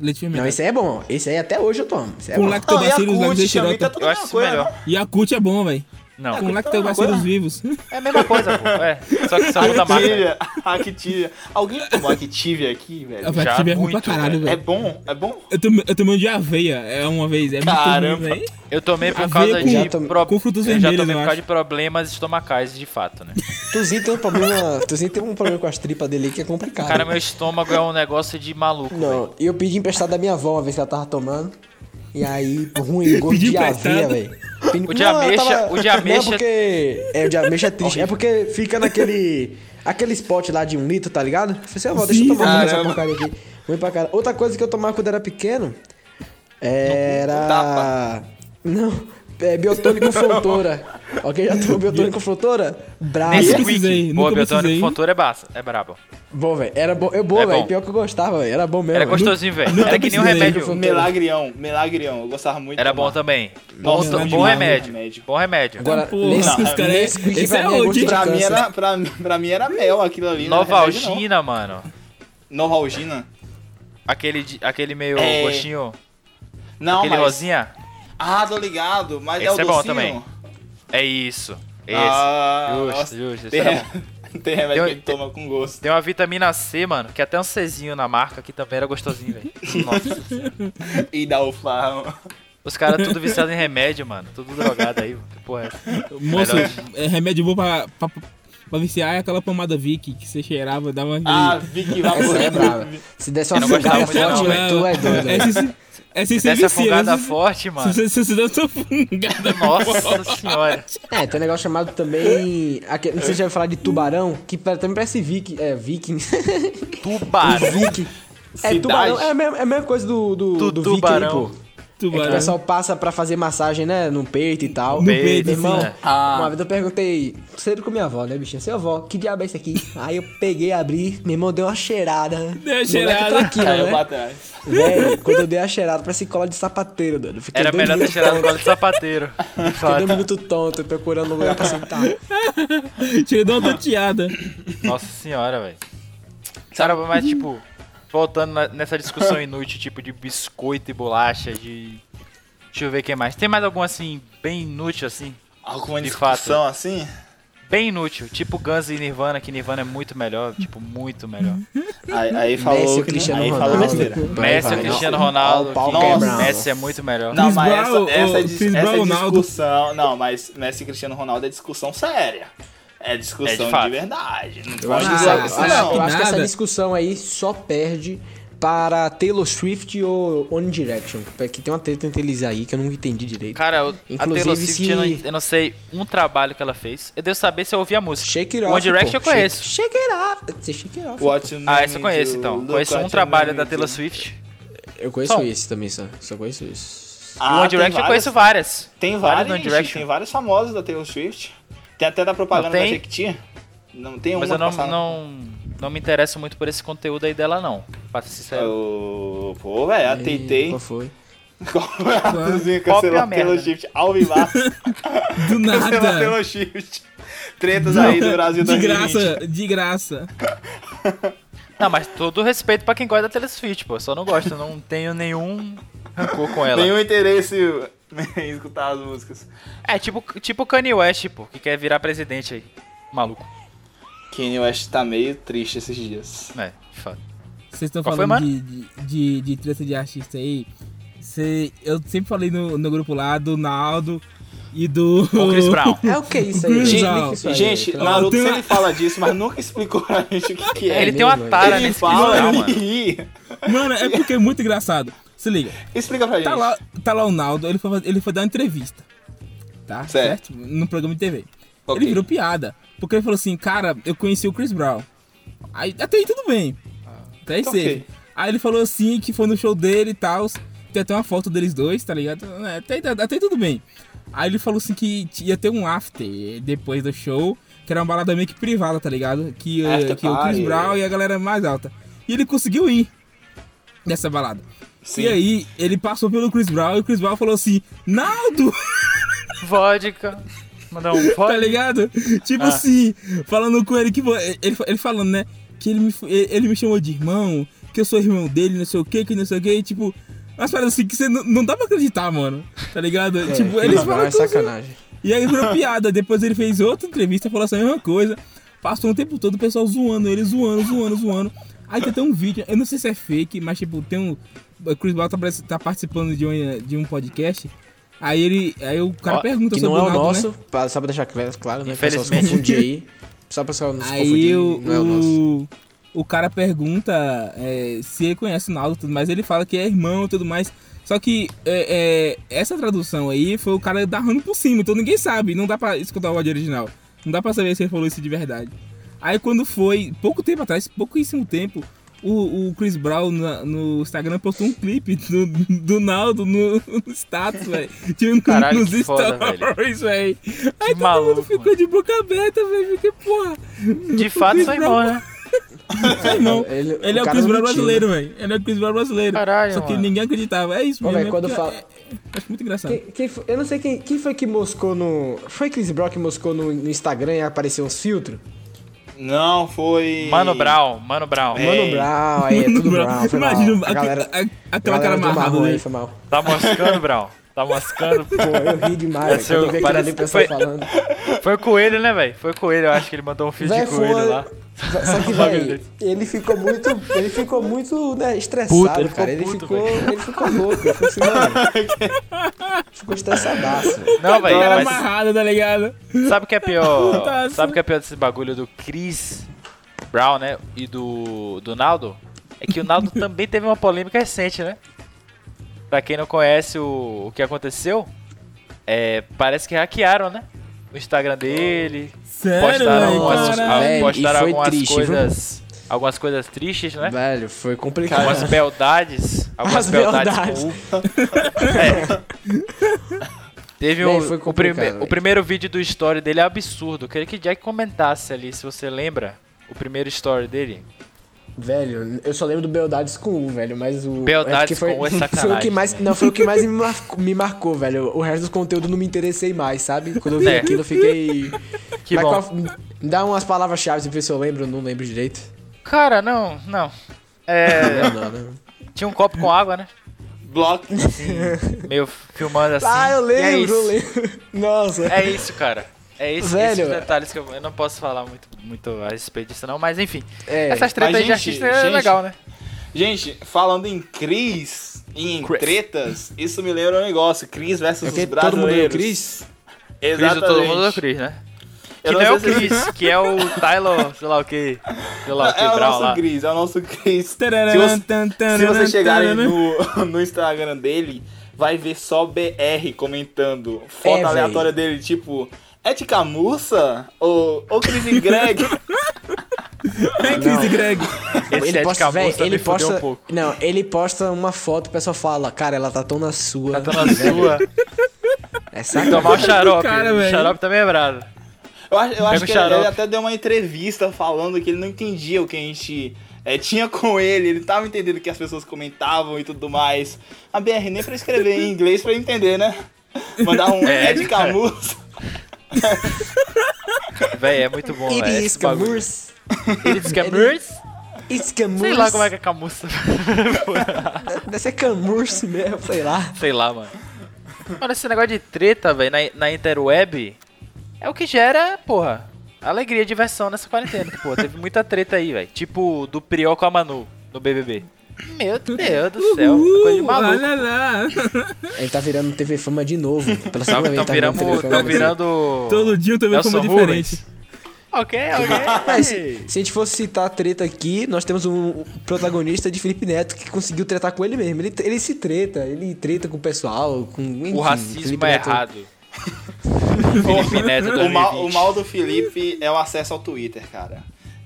Leite Não, fermentado. esse aí é bom. Esse aí até hoje eu tomo. Esse aí é Com bom. Não, lactobacilos, Yakut, Xamita é lactoxirota. tudo Eu a acho mesma isso melhor. tá- coisa. Yakut é bom, velho. Não, Com lactobacilos coisa. vivos. é a mesma coisa, pô. É, só que Tá, só muda a marca. Activia, Activia. Alguém tomou Activia aqui, velho? Já Yakut é ruim pra muito, caralho, É velho. bom? É bom? Eu tomei, eu tomei um de aveia é, uma vez. É muito Caramba. ruim, velho. Eu tomei por Aveia causa com- de... Já tomei- com frutas eu já vermelhas, tomei eu por causa acho. de problemas estomacais, de fato, né? Tuzinho tem um problema. Tuzinho tem um problema com as tripas dele que é complicado. Cara, meu estômago é um negócio de maluco, velho. Não, eu pedi emprestado da minha avó uma vez que ela tava tomando. E aí, ruim, gosto de aveia, emprestado? velho. Pedi- O de Não, ela ameixa- o de Não, é ameixa- porque... É, o de ameixa é triste. é porque fica naquele... Aquele spot lá de um litro, tá ligado? Eu falei assim, ó, vó, deixa eu Sim, tomar uma dessa caramba. porcaria aqui. Ruim pra cara. Outra coisa que eu tomava quando era pequeno... Era... Tapa. Não, É, biotônico Frontoura. ok, já tem o biotônico Frontoura? Nesse- Brabo. Nesquik. precisei, Boa, nunca Biotônico precisei. Fontoura é, baça, é brabo. Bom, velho. Era bom. É bom, É velho. bom. Pior que eu gostava, velho. Era bom mesmo. Era velho. gostosinho, velho. nunca Era que nem um precisei. remédio. Melagrião, melagrião. Eu gostava muito. de Era bom tomar. também. Bom, é Nossa, bom um demais, remédio. remédio. Bom remédio. Agora, Pô, nesse, não, cara, nesse esse pra é mim é gosto old. de Pra mim, câncer. era, pra, mim- pra mim era mel aquilo ali. não era remédio, não. Novalgina, mano. Novalgina? Aquele, de- aquele meio É. gostinho. Não, aquele mas... rosinha. Ah, tô ligado. Mas é o Esse é bom docinho. também. É isso. Esse. Ah, justo, nossa. justo. esse Tem, era bom. tem remédio que Tem- ele toma com gosto. Tem uma vitamina C, mano, que até um Czinho na marca que também era gostosinho, velho. Nossa. E dá o farro. Os caras tudo viciados em remédio, mano. Tudo drogado aí, mano. Que porra é essa? Moço, Melhor. é, remédio bom pra, pra, pra viciar é aquela pomada Vick que você cheirava, dava aquele- É Ah, Vicky Essa aí é brava. Vaporub. Se der só não fungada gostava muito, forte, não, velho, tu é doido. velho. Essa, né? se- essa se Dessa vicia, afogada se- forte, mano. Se você se der sua fungada Nossa senhora. É, tem um negócio chamado também. aque- Não sei se já ouviu falar de tubarão, que pa- também parece viking. É, viking. Tubarão. Viking. É Cidade. tubarão, é a mesma, é a mesma coisa do, do, Tu- do tubarão. viking, pô. É que o tubarão. pessoal passa pra fazer massagem, né? No peito e tal. No peito, Meu irmão. sim, né? Ah. Uma vez eu perguntei, sempre com minha avó, né, bichinha? Seu avó, que diabo é isso aqui? Aí eu peguei, abri, meu irmão deu uma cheirada. Deu uma Moleque cheirada. Tá aqui, Caiu pra né? trás. Velho, quando eu dei a cheirada, parece cola de sapateiro, doido. Fiquei Era dois melhor ter minutos tirado o tonto, gole de sapateiro. Fiquei dois minutos tonto, procurando um lugar pra sentar. Te deu uma tateada. Nossa senhora, velho. Cara, mas tipo, voltando na- nessa discussão inútil, tipo, de biscoito e bolacha, de. Deixa eu ver o que mais. Tem mais algum assim, bem inútil, assim? Alguma De discussão assim? Bem inútil, tipo Guns e Nirvana, que Nirvana é muito melhor, tipo, muito melhor. Aí, aí falou Messi, que Cristiano aí falou Ronaldo. besteira. Messi e vai. Cristiano Ronaldo, Ó, o pau que- quebrado. Messi é muito melhor. Não, Chris mas Brown, essa, essa, ô, dis- Chris essa Brown, Ronaldo. discussão. Não, mas Messi e Cristiano Ronaldo é discussão séria. É discussão É, de de, fato. verdade. Não Eu pode acho, que, Ah, dizer essa, isso, eu acho- eu não. acho que essa Nada. discussão aí só perde para Taylor Swift ou One Direction. Que tem uma treta entre eles aí que eu não entendi direito. Cara, eu, a Inclusive, Taylor Swift, se- eu, não, eu não sei um trabalho que ela fez. Eu devo saber se eu ouvi a música. Shake it One off. Direction pô. eu conheço. Shake, shake it off. Você Shake it off. What you Ah, need essa eu conheço, to então. look Conheço what um you trabalho need da to- Taylor Swift. Eu conheço Só. esse também, só. Só conheço esse. One Ah, tem Direction eu várias- conheço várias. Tem vários, do One gente, Direction. tem vários famosos da Taylor Swift. Tem até da propaganda Não, tem. da Jequiti. Não tem uma Mas eu não, passada. não, não me interesso muito por esse conteúdo aí dela, não. Pra ser sincero. Eu- É Pô, velho, Ih, ateitei. Qual foi? Qual foi a cozinha? Qual foi Cancelou a a Taylor merda? Swift ao vivar. Do Cancelou a nada. Taylor Swift. Tretas aí do Brasil de 2020. graça, de graça. Não, mas todo respeito pra quem gosta da Taylor Swift, pô. Eu Só não gosto, não tenho nenhum rancor com ela. Nenhum interesse em escutar as músicas. É tipo tipo Kanye West, pô, que quer virar presidente aí. Maluco. Kanye West tá meio triste esses dias. É, de fato. Vocês estão Qual foi, falando de, de, de, de treta de artista aí. Cê- eu sempre falei no, no grupo lá do Naldo e do. O Chris Brown. É o que é isso aí? Gente, Explica isso aí, gente, pelo o amor Naruto tem uma- sempre fala disso, mas nunca explicou pra gente o que, que é. ele mesmo, tem um né? uma velho. tara Ele nesse fala, né? Chris Brown, ele mano. ri. Mano, é porque é muito engraçado. Se liga. Explica pra gente. Tá lá, tá lá o Naldo, ele foi, ele foi dar uma entrevista. Tá? Certo? Certo. No programa de TV. Ok. Ele virou piada. Porque ele falou assim, cara, eu conheci o Chris Brown. Aí até aí tudo bem. Até aí Tá safe. ok. Aí ele falou assim que foi no show dele e tal. Tem até uma foto deles dois, tá ligado? É, Até, aí tá- até aí tudo bem. Aí ele falou assim que t- ia ter um after depois do show, que era uma balada meio que privada, tá ligado? Que, eh, After que o Chris party. Brown e a galera mais alta. E ele conseguiu ir nessa balada. Sim. E aí, ele passou pelo Chris Brown e o Chris Brown falou assim: Naldo! Vodka. Mandar um Tá vodka. ligado? Tipo assim, falando com ele que. vo- Ele, ele falando, né? Que ele me, f- ele ele me chamou de irmão, que eu sou irmão dele, não sei o que, que não sei o que, e, tipo. Umas paradas assim que você não, não dá pra acreditar, mano. Tá ligado? É, tipo, Chris eles Brown falam. é como se- sacanagem. E aí virou piada. Depois ele fez outra entrevista, falou essa mesma coisa. Passou o tempo todo o pessoal zoando ele, zoando, zoando, zoando. Aí tem até um vídeo, eu não sei se é fake, mas tipo, tem um. O Chris Brown tá, parece- tá participando de um, de um podcast. Aí ele. Aí o cara Ó, pergunta Que sobre não é o Naldo, né? nosso, pra- só pra deixar cl- claro, né? Pessoal se Infelizmente. confunde aí. Só pra pessoal não se Aí confundir, o, não é o nosso. o, o cara pergunta é, se ele conhece o Naldo e tudo mais, ele fala que é irmão e tudo mais. Só que é, é, essa tradução aí foi o cara darrando por cima, então ninguém sabe, não dá pra escutar o áudio original. Não dá pra saber se ele falou isso de verdade. Aí quando foi, pouco tempo atrás, pouquíssimo tempo, o, o Chris Brown na- no Instagram postou um clipe do, do Naldo no, no status, velho. Tinha no- Caralho, nos que foda, stories, velho. Aí todo maluco, mundo ficou de boca aberta, velho. Fiquei, porra. De fato, Chris sai Brown- mal, né? Sai não. Ele- Ele, o é o cara Chris não Brown mentiu, brasileiro, velho. Ele é o Chris Brown brasileiro. Caralho, Só que mano. ninguém acreditava. É isso Ô, mesmo. velho, é quando porque- fala- é- é- Acho muito engraçado. Quem- quem foi- eu não sei quem, quem foi que moscou no. Foi Chris Brown que moscou no, no Instagram e apareceu uns filtros? Não, foi. Mano Brown, Mano Brown. É. Mano Brown, aí é tudo Brown. Foi mal. Imagina a aque- galera, a- a aquela cara galera né? do amarrada marrom aí, dele. foi mal. Tá moscando, Brown. Tá moscando. Pô, eu ri demais, Pareceu- velho. Quando eu vi parece- aquilo ali, é o pessoal foi- falando. Foi o coelho, né, velho? Foi o coelho, eu acho que ele mandou um fio de Véi, coelho foi- lá. Um Vé- Só que, bagulho velho, desse. ele ficou muito. Ele ficou muito né, estressado, Puto, ele ficou cara. Ele, puto, ficou, ele ficou louco. Ele ficou assim, mano. ficou estressadaço. velho. Não, velho, Cara Tá, mas amarrada, tá ligado? Sabe o que é pior? Putaço. Sabe o que é pior desse bagulho do Chris Brown, né? E do, do Naldo? É que o Naldo também teve uma polêmica recente, né? Pra quem não conhece o, o que aconteceu, é, parece que hackearam, né? O Instagram dele, Sério, um postaram velho. algumas, Ah, caralho. Velho, e postaram foi algumas triste, viu? coisas. Algumas coisas tristes, né? Velho, foi complicado. Algumas beldades. Algumas As beldades. beldades. com U. É. Teve Bem, um- foi o, complicado, prime- velho. o primeiro vídeo do story dele é absurdo. Eu queria que Jack comentasse ali, se você lembra, o primeiro story dele. Velho, eu só lembro do Beldades com U, velho, mas o. Beldades acho que com U é Foi o sacanagem, que mais, não, foi o que mais me, marcou, me marcou, velho. O resto do conteúdo não me interessei mais, sabe? Quando eu vi É. aquilo, eu fiquei. Que Mas bom. qual- me dá umas palavras-chave, ver se eu lembro, eu não lembro direito. Cara, não, não. É, Não, não, não. tinha um copo com água, né? Block. Meio filmando assim. Ah, eu E é lembro, eu isso. lembro. Nossa. É isso, cara. É isso, Velho. esses detalhes que eu, eu não posso falar muito, muito a respeito disso, não. Mas enfim, É. essas tretas Mas, de gente, artista é gente, legal, né? Gente, falando em Cris e em Chris. tretas, isso me lembra um negócio. Cris É versus os Porque brasileiros. todo mundo deu Chris? Cris, Exatamente. do todo mundo é o Chris, né? Que Eu não, não é o sei se- Chris, que é o Tyler, sei lá o que. Sei lá o que, É o Brown lá. nosso Cris, é o nosso Cris. Tararã, Se você- tan, Se tararã, vocês chegarem tararã. no, no Instagram dele, vai ver só BR comentando É, foto véi. aleatória dele, tipo, é de Camussa? Ou, ou Chris e Greg? É Chris e Greg. Esse ele é de posta, Camus véi, também ele fudeu posta, um pouco. não, ele posta uma foto, o pessoal fala, cara, ela tá tão na sua. Tá na Então, sua. É Tomar o sacanagem. xarope. Cara, o velho. xarope também é brado. Eu acho, eu acho o que ele, xarope. ele até deu uma entrevista falando que ele não entendia o que a gente eh, tinha com ele, ele tava entendendo o que as pessoas comentavam e tudo mais. A BR nem pra escrever em inglês pra entender, né? Mandar um É, é, de cara. Camussa. Véi, é muito bom, velho. It is esse bagulho. Camus. It is Camurs? It's Camus. Sei lá como é que é Camus. Deve ser Camus mesmo, sei lá. Sei lá, mano. Mano, esse negócio de treta, velho, na, na interweb é o que gera, porra, alegria e diversão nessa quarentena. Pô, teve muita treta aí, velho. Tipo do Priol com a Manu no BBB. Meu Deus do é céu, coisa de Uh, maluco. olha lá. Ele tá virando TV Fama de novo. Tá, Pela segunda vez tão tá virando viramos, TV Fama. tão virando. Todo dia eu também Nelson como é Rubens. diferente. Ok, ok. Mas, se a gente fosse citar a treta aqui, nós temos um protagonista de Felipe Neto que conseguiu tretar com ele mesmo. Ele, ele se treta, ele treta com o pessoal, com enfim, O racismo Felipe é Neto- errado. Felipe Neto O 2020. mal, o mal do Felipe é o acesso ao Twitter, cara.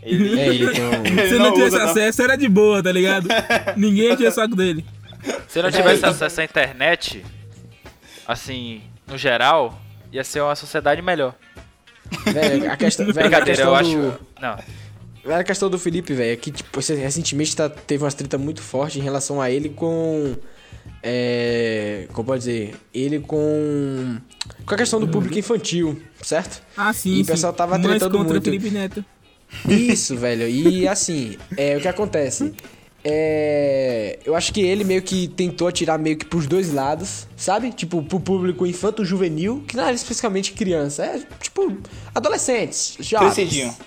Ele, É, ele tem um- ele Se não tivesse usa, não. acesso, era de boa, tá ligado? Ninguém tinha saco dele. Se É. não tivesse acesso à internet, assim, no geral, ia ser uma sociedade melhor. Velho, a questão, velho, a Brincadeira, questão eu do, É, acho. Não. velho, a questão do Felipe, velho, é que tipo, esse- recentemente tá- teve umas treta muito forte em relação a ele com. É, como pode dizer? Ele com. Com a questão do público infantil, certo? Ah, sim. E o sim. pessoal tava Mas tretando contra muito. Felipe Neto. Isso, velho. E assim, é o que acontece. É, eu acho que ele meio que tentou atirar meio que pros dois lados, sabe? Tipo, pro público infanto-juvenil, que não era especificamente criança, é tipo adolescentes, Crescidinho. jovens.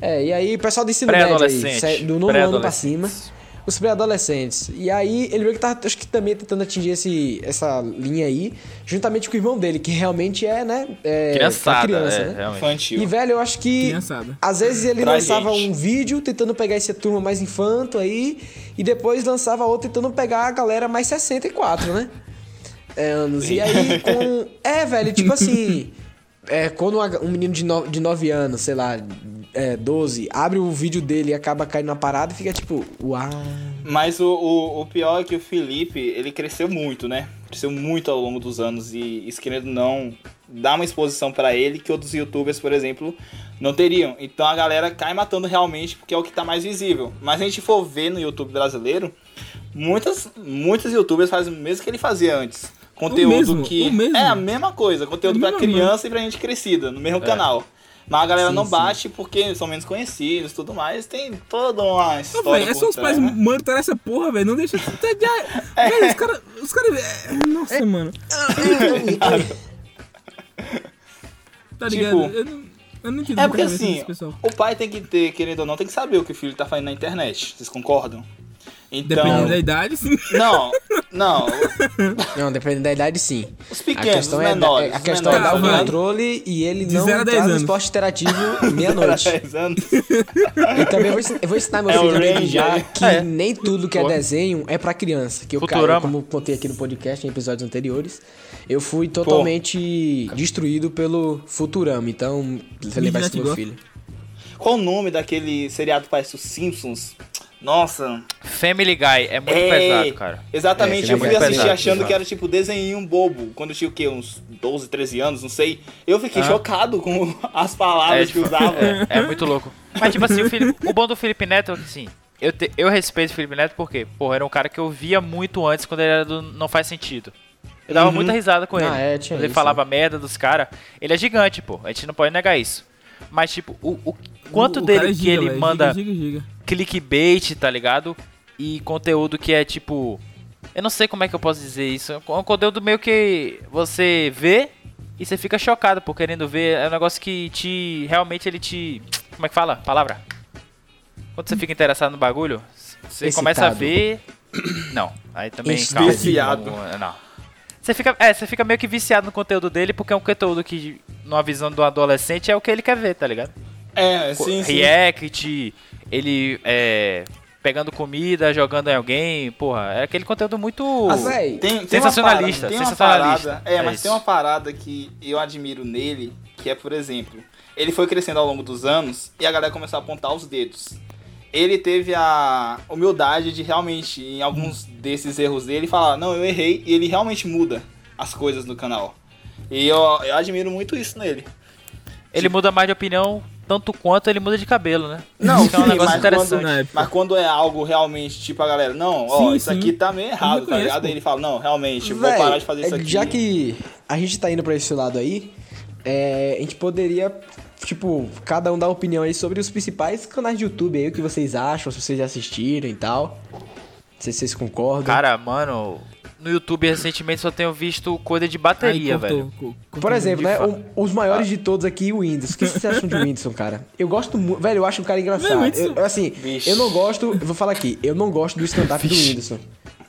É, e aí o pessoal do ensino médio aí, Pré-adolescente. se- do nono ano pra cima, Pré-adolescentes. os pré-adolescentes. E aí ele meio que tá, acho que também tentando atingir esse, essa linha aí, juntamente com o irmão dele, que realmente é, né? É, Criançada, pra criança, é, né? realmente. E, Infantil. velho, eu acho que. Criançada. Às vezes ele Pra lançava gente. um vídeo tentando pegar essa turma mais infanto aí. E depois lançava outro tentando pegar a galera mais 64, né? É, anos. E aí, com. É, velho, tipo assim. É, quando uma- um menino de 9 anos, sei lá, é, 12 abre o vídeo dele e acaba caindo na parada e fica tipo, uau. Mas o, o, o pior é que o Felipe, ele cresceu muito, né? Cresceu muito ao longo dos anos e, isso querendo ou não, dá uma exposição pra ele que outros youtubers, por exemplo, não teriam. Então a galera cai matando realmente porque é o que tá mais visível. Mas se a gente for ver no YouTube brasileiro, muitas, muitos youtubers fazem o mesmo que ele fazia antes. Conteúdo mesmo, que. o mesmo. É a mesma coisa, conteúdo É a pra mesma criança e pra gente crescida, no mesmo canal. Mas a galera Sim, não sim. bate porque são menos conhecidos e tudo mais. Tem toda uma Não, história. velho, é por só os trás, pais né? É, manterem essa porra, velho. Não deixa. Tá, já- Velho, os caras. Os caras. é, Nossa, mano. Tá Tipo, ligado? eu, não, eu não entendo É a porque cabeça assim, desse pessoal. o pai tem que ter, querendo ou não, tem que saber o que o filho tá fazendo na internet. Vocês concordam? Então. Dependendo da idade, sim. Não, não. Não, dependendo da idade, sim. Os A pequenos, os questão é, da- menores. é- a questão é dar menores, o tá ligado? controle e ele De não zero a dez entrar no anos. esporte interativo meia-noite. E também vou ensin- eu vou ensinar meu É filho o a range, já né? que É. nem tudo que é desenho é pra criança. Que eu, Futurama. caí, como contei aqui no podcast, em episódios anteriores, eu fui totalmente destruído pelo Futurama. Então, você lembra isso do meu Igual. filho. Qual o nome daquele seriado que parece os Simpsons? Nossa. Family Guy é muito é, pesado, cara. É, Exatamente, ele é eu fui muito assistir pesado, achando exato. que era tipo desenho bobo. Quando eu tinha o quê? Uns 12, 13 anos, não sei. Eu fiquei Ah. chocado com as palavras É, tipo, que usava. É, é muito louco. Mas, tipo assim, o, Fili- o bom do Felipe Neto, assim, eu, te- eu respeito o Felipe Neto porque, porra, era um cara que eu via muito antes quando ele era do Não Faz Sentido. Eu dava Uhum. muita risada com Ah, ele. é, tinha Quando ele isso, falava merda dos caras. Ele é gigante, pô. A gente não pode negar isso. Mas, tipo, o, o quanto O- o dele cara é que giga, ele velho, manda Giga, giga, giga. clickbait, tá ligado? E conteúdo que é tipo. Eu não sei como é que eu posso dizer isso. É um conteúdo meio que você vê e você fica chocado por querendo ver. É um negócio que te. Realmente ele te. Como é que fala? Palavra? Quando você fica interessado no bagulho, você Excitado. começa a ver. Não, aí também. Excitado. Calma, Viciado. Não, não. Você fica, é, você fica meio que viciado no conteúdo dele, porque é um conteúdo que, numa visão do adolescente, é o que ele quer ver, tá ligado? É, Co- sim, sim. react, ele é, pegando comida, jogando em alguém, porra, é aquele conteúdo muito. Ah, véi, Tem, tem Sensacionalista, uma parada, tem sensacionalista. Uma parada, é, É mas isso. tem uma parada que eu admiro nele, que é, por exemplo, ele foi crescendo ao longo dos anos e a galera começou a apontar os dedos. Ele teve a humildade de realmente, em alguns desses erros dele, falar, não, eu errei, e ele realmente muda as coisas no canal. E eu, eu admiro muito isso nele. ele muda mais de opinião tanto quanto ele muda de cabelo, né? Não, Isso é um sim, negócio mas interessante. Na época. Mas quando é algo realmente, tipo, a galera, não, ó, Sim, isso sim. aqui tá meio errado, tá reconheço, ligado? pô. Aí ele fala, não, realmente, vou Véi, parar de fazer isso é, aqui. Já que a gente tá indo pra esse lado aí, é, a gente poderia, tipo, cada um dar opinião aí sobre os principais canais de YouTube aí, o que vocês acham, se vocês já assistiram e tal. Não sei se vocês concordam. Cara, mano, no YouTube recentemente só tenho visto coisa de bateria, Aí cortou, velho. co- cortou Por exemplo, de né? fato. Ah. o- os maiores de todos aqui, o Windows. O que vocês acham de Whindersson, cara? Eu gosto muito. Velho, eu acho um cara Velho, engraçado. é Whindersson- Eu- assim, Vixe. eu não gosto. Eu vou falar aqui. Eu não gosto do stand-up do Whindersson.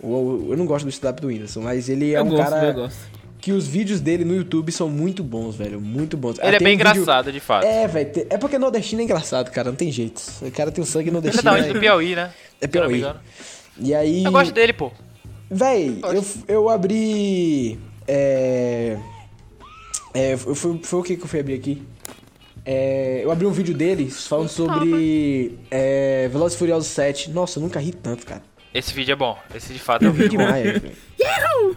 Eu, eu não gosto do stand-up do Whindersson, mas ele é Eu um gosto, cara eu gosto. que os vídeos dele no YouTube são muito bons, velho. Muito bons. Ah, Ele é tem bem um vídeo- engraçado, de fato. É, velho. te- É porque nordestino é engraçado, cara. Não tem jeito. O cara tem o sangue Ele é nordestino. da onde? Do né? Piauí, né? É Se eu não me Piauí. engano. E aí. Eu gosto dele, pô. Véi, eu, eu abri. É. É, eu fui, foi o que que eu fui abrir aqui? É, eu abri um vídeo dele falando sobre. É, Velozes e Furiosos 7. Nossa, eu nunca ri tanto, cara. Esse vídeo é bom. Esse de fato é Eu um ri vídeo bom. demais, velho.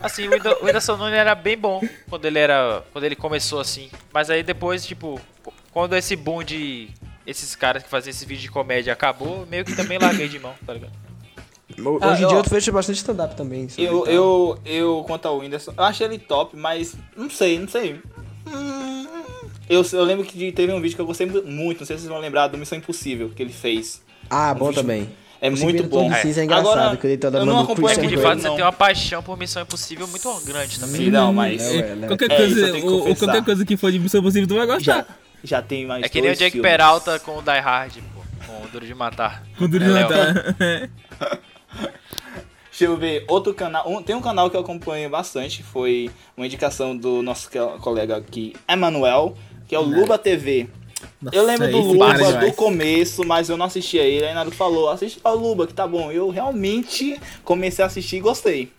Assim, o Whindersson o Whindersson Nunes era bem bom quando ele era. Quando ele começou assim. Mas aí depois, tipo, quando esse boom de. Esses caras que faziam esse vídeo de comédia acabou, meio que também larguei de mão, tá ligado? Hoje Ah, em eu- dia eu vejo bastante stand-up também. Tá sabe, e Eu, tal. eu, eu, quanto ao Whindersson, eu achei ele top, mas não sei, não sei. Hum, Eu, eu lembro que teve um vídeo que eu gostei mu- muito, não sei se vocês vão lembrar, do Missão Impossível que ele fez. Ah, bom vídeo- também. É Esse muito vídeo todo bom. de cinza é engraçado, Agora, que ele tá eu dando não uma acompanho É que puxada de muito fato ele, você não. tem uma paixão por Missão Impossível muito grande também. Sim, não, mas É, ué, né? Qualquer É, isso eu coisa, tenho que ou, ou confessar. qualquer coisa que for de missão possível, tu vai Já, gostar. já tem mais É que nem o dois Jack filmes. Peralta com o Die Hard, pô. Com o Duro de Matar. Quando tá. ele É, Léo. levantar. Deixa eu ver, outro canal. um- tem um canal que eu acompanho bastante, foi uma indicação do nosso co- colega aqui, Emanuel, que é o Luba TV. Né. Nossa, Eu lembro do esse cara é Luba do demais. começo, mas eu não assistia ele. Aí Naruto falou, assiste ao Luba, que tá bom. Eu realmente comecei a assistir e gostei.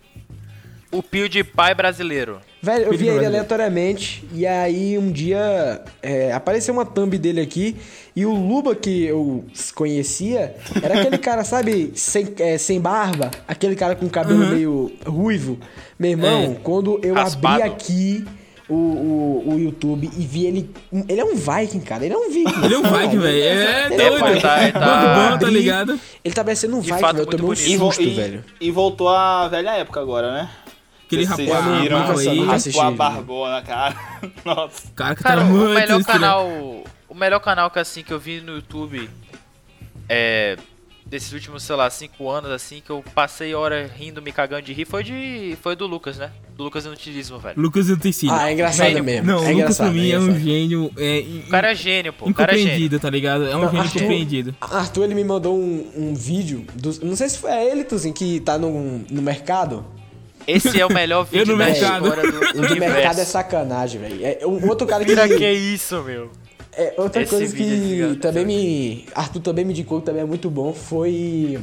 O Pio de Pai brasileiro. Velho, eu Felipe via ele Brasil. aleatoriamente e aí um dia é, apareceu uma thumb dele aqui e o Luba que eu conhecia era aquele cara, sabe, sem, é, sem barba, aquele cara com Uhum. cabelo meio ruivo. Meu irmão, É, quando eu Raspado. abri aqui o, o, o YouTube e vi ele. Ele é um Viking, cara. Ele é um Viking. Ele é um Viking, velho. É um Ele é doido. pai, tá, tá. Banco é bom, tá Abri, ligado? Ele tá parecendo um De Viking, fato, velho. Eu muito bonito. tomei um E, vo- susto, e- velho. e voltou à velha época agora, né? Aquele Vocês rapaz viram? mal aí. Nunca assisti, Raspou a velho. barbona, cara. Nossa. Cara, que Cara, tá o muito melhor estranho. canal. O melhor canal que assim que eu vi no YouTube é. Desses últimos, sei lá, 5 anos assim, que eu passei hora rindo, me cagando de rir, foi de. Foi do Lucas, né? Do Lucas Inutilismo, velho. Lucas Utensílio. Ah, é engraçado Velho, mesmo. Não, é o Lucas engraçado, pra mim é um engraçado. gênio. É, in- O cara é gênio, pô. O cara é gênio. incompreendido, tá ligado? É um gênio Arthur- incompreendido. Arthur, ele me mandou um, um vídeo. dos- não sei se foi é ele, Tuzinho, que tá no, no mercado. Esse é o melhor Eu vídeo no da mercado. história do, O do do mercado é universo. sacanagem, velho. É, um outro cara que. Cara, que isso, meu? É, outra Esse coisa vídeo é que desgraçado. também me. Arthur também me indicou que também é muito bom foi.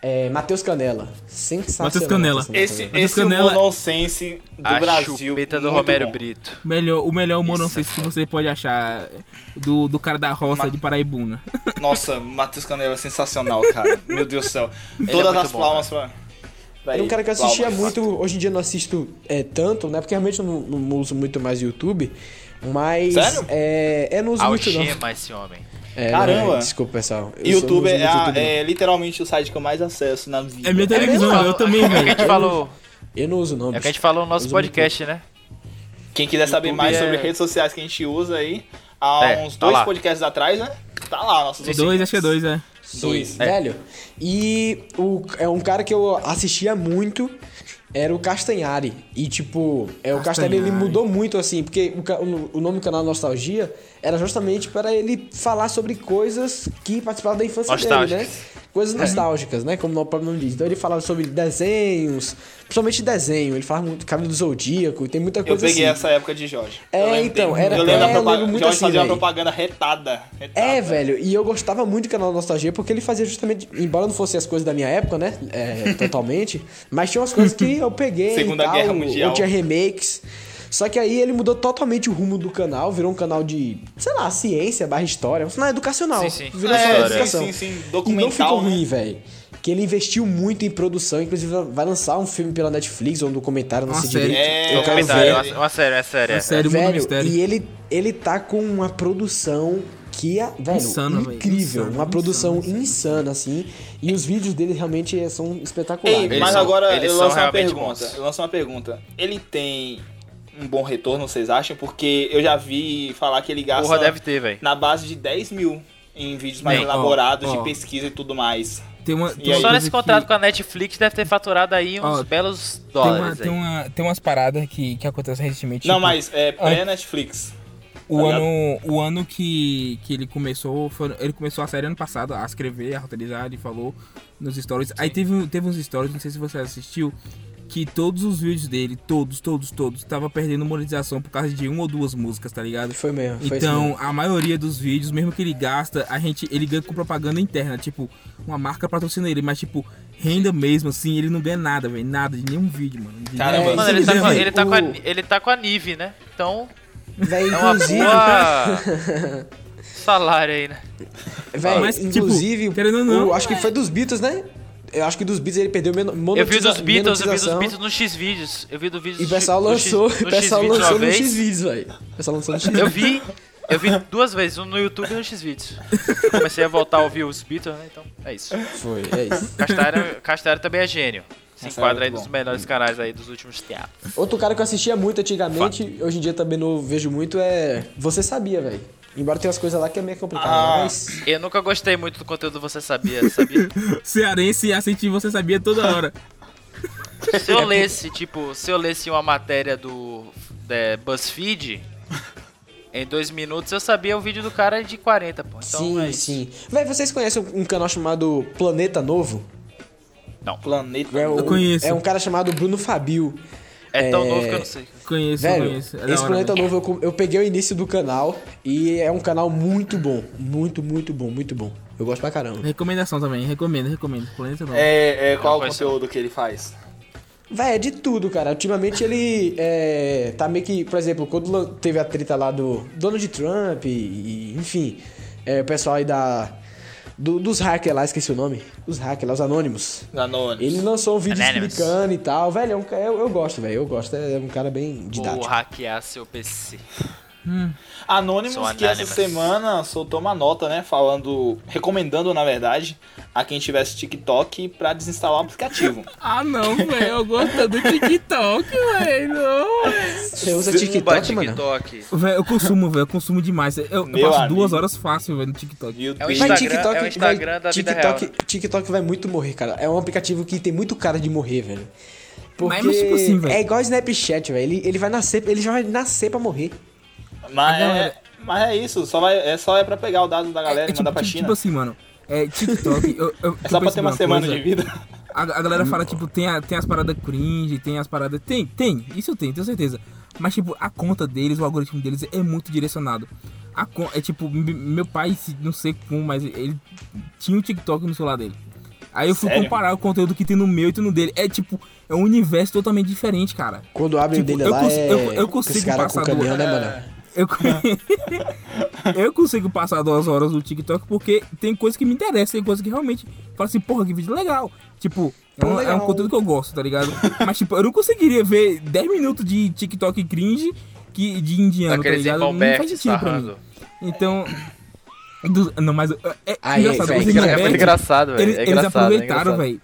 É, Matheus Canela. Sensacional. Matheus Canela. Matheus Esse, Mas é- esse Canela- humor nonsense do a Brasil. chupeta do muito Romero bom. Brito. Melhor, o melhor humor, não Isso sei é se você pode achar, do, do cara da roça de Paraibuna. Nossa, Matheus Canela é sensacional, cara. Meu Deus do céu. é Todas muito as bom, palmas pra. pra Era um ele. cara que eu assistia Palmas. muito, hoje em dia não assisto é, tanto, né? Porque realmente eu não, não uso muito mais YouTube. Mas. Sério? É, eu não uso muito, não. Algema esse homem. É, Caramba. é, desculpa, pessoal. Eu só não YouTube uso é, muito a- YouTube, não. é literalmente o site que eu mais acesso na vida. É minha televisão, Fala- eu também, É o que a velho. gente falou. Eu não uso, não. É o que bicho. a gente falou no nosso Uso muito podcast, né? Quem quiser saber YouTube mais é- sobre redes sociais que a gente usa aí, há É, uns tá dois lá. podcasts atrás, né? Tá lá, nossos Dois, acho que é dois, é. Sim, Dois. É. Velho. E o, é um cara que eu assistia muito era o Castanhari. E, tipo, é, o Castanhari ele Castanhari. mudou muito, assim, porque o, ca- o, o nome do canal Nostalgia era justamente para ele falar sobre coisas que participavam da infância dele, né? Nostálgicas. É. Coisas nostálgicas, né? Como o próprio nome diz. Então ele falava sobre desenhos, principalmente desenho. Ele falava muito Caminho do Zodíaco e tem muita Eu coisa peguei assim. essa época de Jorge. É, Eu lembro- então, era- Eu lembro da é, eu propaganda. lembro muito Jorge assim, fazia uma velho. propagada retada. retada. É, velho, e eu gostava muito do canal Nostalgia porque ele fazia justamente, embora não fossem as coisas da minha época, né? É, totalmente, mas tinha umas coisas que eu peguei. Segunda e tal, Guerra Mundial. Ou tinha remakes. Só que aí ele mudou totalmente o rumo do canal, virou um canal de, sei lá, ciência barra história, um canal educacional. Sim, sim. Virou É, só sim, educação. sim, sim, E não ficou documental, né? ruim, velho. Que ele investiu muito em produção, inclusive vai lançar um filme pela Netflix ou um documentário, não Uma sei série. direito. É, eu quero Comentário, ver. é uma, uma série, é série. É sério, mundo do Velho, mistério. e ele, ele tá com uma produção que é, velho, Insana, velho. incrível. Insana, uma produção insana, insana, assim. E os vídeos dele realmente é- são espetaculares. Ei, Eles mas são- agora eles eu são lanço uma realmente pergunta. bons. Eu lanço uma pergunta. Ele tem um bom retorno, vocês acham? Porque eu já vi falar que ele gasta Porra, deve ter, velho. na base de 10 mil em vídeos mais Bem, ó, elaborados, ó. de pesquisa e tudo mais. Tem uma, E tem aí? uma Só coisa nesse contrato que- com a Netflix deve ter faturado aí uns Ó, belos tem, uma, dólares. tem, aí. uma, tem umas paradas que, que acontecem recentemente. Não, tipo, mas é pré-Netflix. O Tá ano, o ano que, que ele começou, foi- ele começou a série ano passado, a escrever, a roteirizar, ele falou nos stories. Aí teve, um- teve uns stories, não sei se você assistiu, que todos os vídeos dele, todos, todos, todos, tava perdendo monetização por causa de uma ou duas músicas, tá ligado? Foi mesmo, foi isso Então, mesmo. a maioria dos vídeos, mesmo que ele gasta, a gente, ele ganha com propaganda interna, tipo, uma marca patrocina ele, mas tipo, renda mesmo assim, ele não ganha nada, velho, nada de nenhum vídeo, mano. De Caramba. nenhum Mano, vídeo. ele tá, com, Velho, ele, tá com a, o- ele tá com a Nive, né? Então, Véi, é uma inclusive, boa salário aí, né? véi, Mas, tipo, inclusive querendo ou não, é. o- acho que foi dos Beatles, né? Eu acho que dos Beatles ele perdeu meno- Eu vi monetiza- dos Beatles, eu vi dos monetização. Beatles no X-Videos. Eu vi do vídeo E o pessoal lançou, o pessoal X-Videos lançou uma no vez. X-Vídeos, velho. O pessoal lançou no X-Vídeos. Eu vi, eu vi duas vezes, um no YouTube e no X-Videos. Eu Comecei a voltar a ouvir os Beatles, né? Então, é isso. Foi, é isso. Castanho Castanho também é gênio. Se Nossa, enquadra é aí muito nos bom. melhores canais aí dos últimos tempos. Outro cara que eu assistia muito antigamente, hoje em dia também não vejo muito, é. Você sabia, velho. Embora tenha as coisas lá que é meio complicado, Ah. mas. Eu nunca gostei muito do conteúdo Você Sabia, sabia? cearense assiste você sabia toda hora. Se eu lesse, tipo, se eu lesse uma matéria do da BuzzFeed, em dois minutos eu sabia o vídeo do cara de 40, pô. Então sim, é isso. sim. Véi, vocês conhecem um canal chamado Planeta Novo? Planeta. É um- conheço. É um cara chamado Bruno Fabio. É tão novo que eu não sei. Conheço, Velho, conheço. É da esse hora, Planeta velho. Novo eu, com- eu peguei o início do canal e é um canal muito bom. Muito, muito bom, muito bom. Eu gosto pra caramba. Recomendação também, recomendo, recomendo. Planeta Novo. É, é, qual o conheço. conteúdo que ele faz? Véi, é de tudo, cara. Ultimamente ele é, tá meio que, por exemplo, quando lan- teve a treta lá do Donald Trump e, e, enfim, é, o pessoal aí da. do- dos hackers lá, esqueci o nome. Os hackers lá, os anônimos. Anônimos. Ele lançou um vídeo Anonymous. explicando e tal. Velho, é um ca- eu, eu gosto, velho. Eu gosto. É um cara bem Vou didático. hackear seu PC. Anônimos São que essa anônimas. semana soltou uma nota, né? Falando, recomendando, na verdade, a quem tivesse TikTok pra desinstalar o aplicativo. Ah, não, velho. Eu gosto do TikTok, velho. Não, velho. Você usa Suba, TikTok, mano? TikTok. Véio, eu consumo, velho. Eu consumo demais. Eu, eu Meu passo duas amigo. horas fácil, velho, no TikTok. Meu É o Deus. Instagram. Mas TikTok, é o Instagram vai, da vida TikTok, real, né? TikTok vai muito morrer, cara. É um aplicativo que tem muito cara de morrer, velho. Porque Mas, tipo assim, velho. é igual Snapchat, velho. Ele, ele vai nascer, ele já vai nascer pra morrer. Mas, Galera. é, mas é isso, só, vai, é, só é pra pegar o dado da galera e tipo, mandar pra tipo- China. tipo assim, mano. É TikTok. eu- eu- é só eu pra penso ter uma numa semana coisa. de vida. A, a galera fala, tipo, tem, a- tem as paradas cringe, tem as paradas. Tem, tem, isso eu tenho, tenho certeza. Mas, tipo, a conta deles, o algoritmo deles é muito direcionado. A, con- é tipo, m- meu pai, se- não sei como, mas ele tinha um TikTok no celular dele. Aí eu fui Sério? comparar o conteúdo que tem no meu e tem no dele. É tipo, é um universo totalmente diferente, cara. Quando abre Tipo, o dele eu lá, cons- é... eu- eu com consigo esse cara passar com o caminhão, do- né, mano? Eu, co- Ah. eu consigo passar duas horas no TikTok porque tem coisa que me interessa, tem coisa que realmente fala assim, porra, que vídeo legal. Tipo, é um, é um Legal. conteúdo que eu gosto, tá ligado? Mas, tipo, eu não conseguiria ver 10 minutos de TikTok cringe que, de indiano, tá Daqueles ligado? Não Zimbabwe faz sentido pra mim. sarrando. Então. do- não, mas. É, é Aí, engraçado, velho, os É engra- é muito Zimbabwe- engraçado, velho. eles, É eles engraçado, é aproveitaram, engraçado. velho.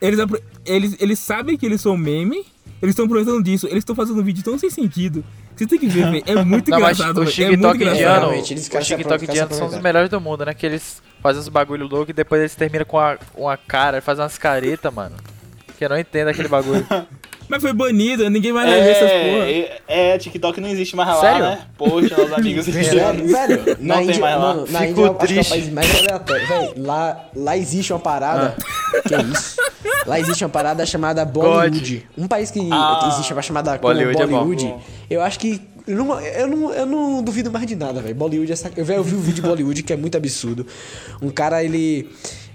Eles, apro- eles, eles sabem que eles são um meme, eles estão aproveitando disso, eles estão fazendo um vídeo tão sem sentido. Você tem que ver, velho. É muito Não, mas engraçado, o velho. É muito TikTok engraçado. indiano, Realmente, eles os querem se TikTok aproveitar, indiano se são os aproveitar. melhores do mundo, né? Que eles fazem os bagulho louco e depois eles terminam com a, uma cara, fazem umas caretas, mano. Que eu não entendo aquele bagulho. Mas foi banido, ninguém É, vai ler essas porra. É, é, é, TikTok não existe mais lá, Sério? né? Poxa, meus amigos Sério, indianos. É, velho, Não na tem Índia, mais lá. mano, na Fico Índia eu acho que é o triste. país mais aleatório. Véi, lá, lá existe uma parada. Que é isso? Lá existe uma parada chamada Bollywood. Um país que Ah. existe uma chamada como Bollywood é bom. Bollywood. eu acho que. numa- eu, não, eu não duvido mais de nada, velho. Bollywood é sac... Eu, véi, eu vi um vídeo de Bollywood que é muito absurdo. Um cara, ele.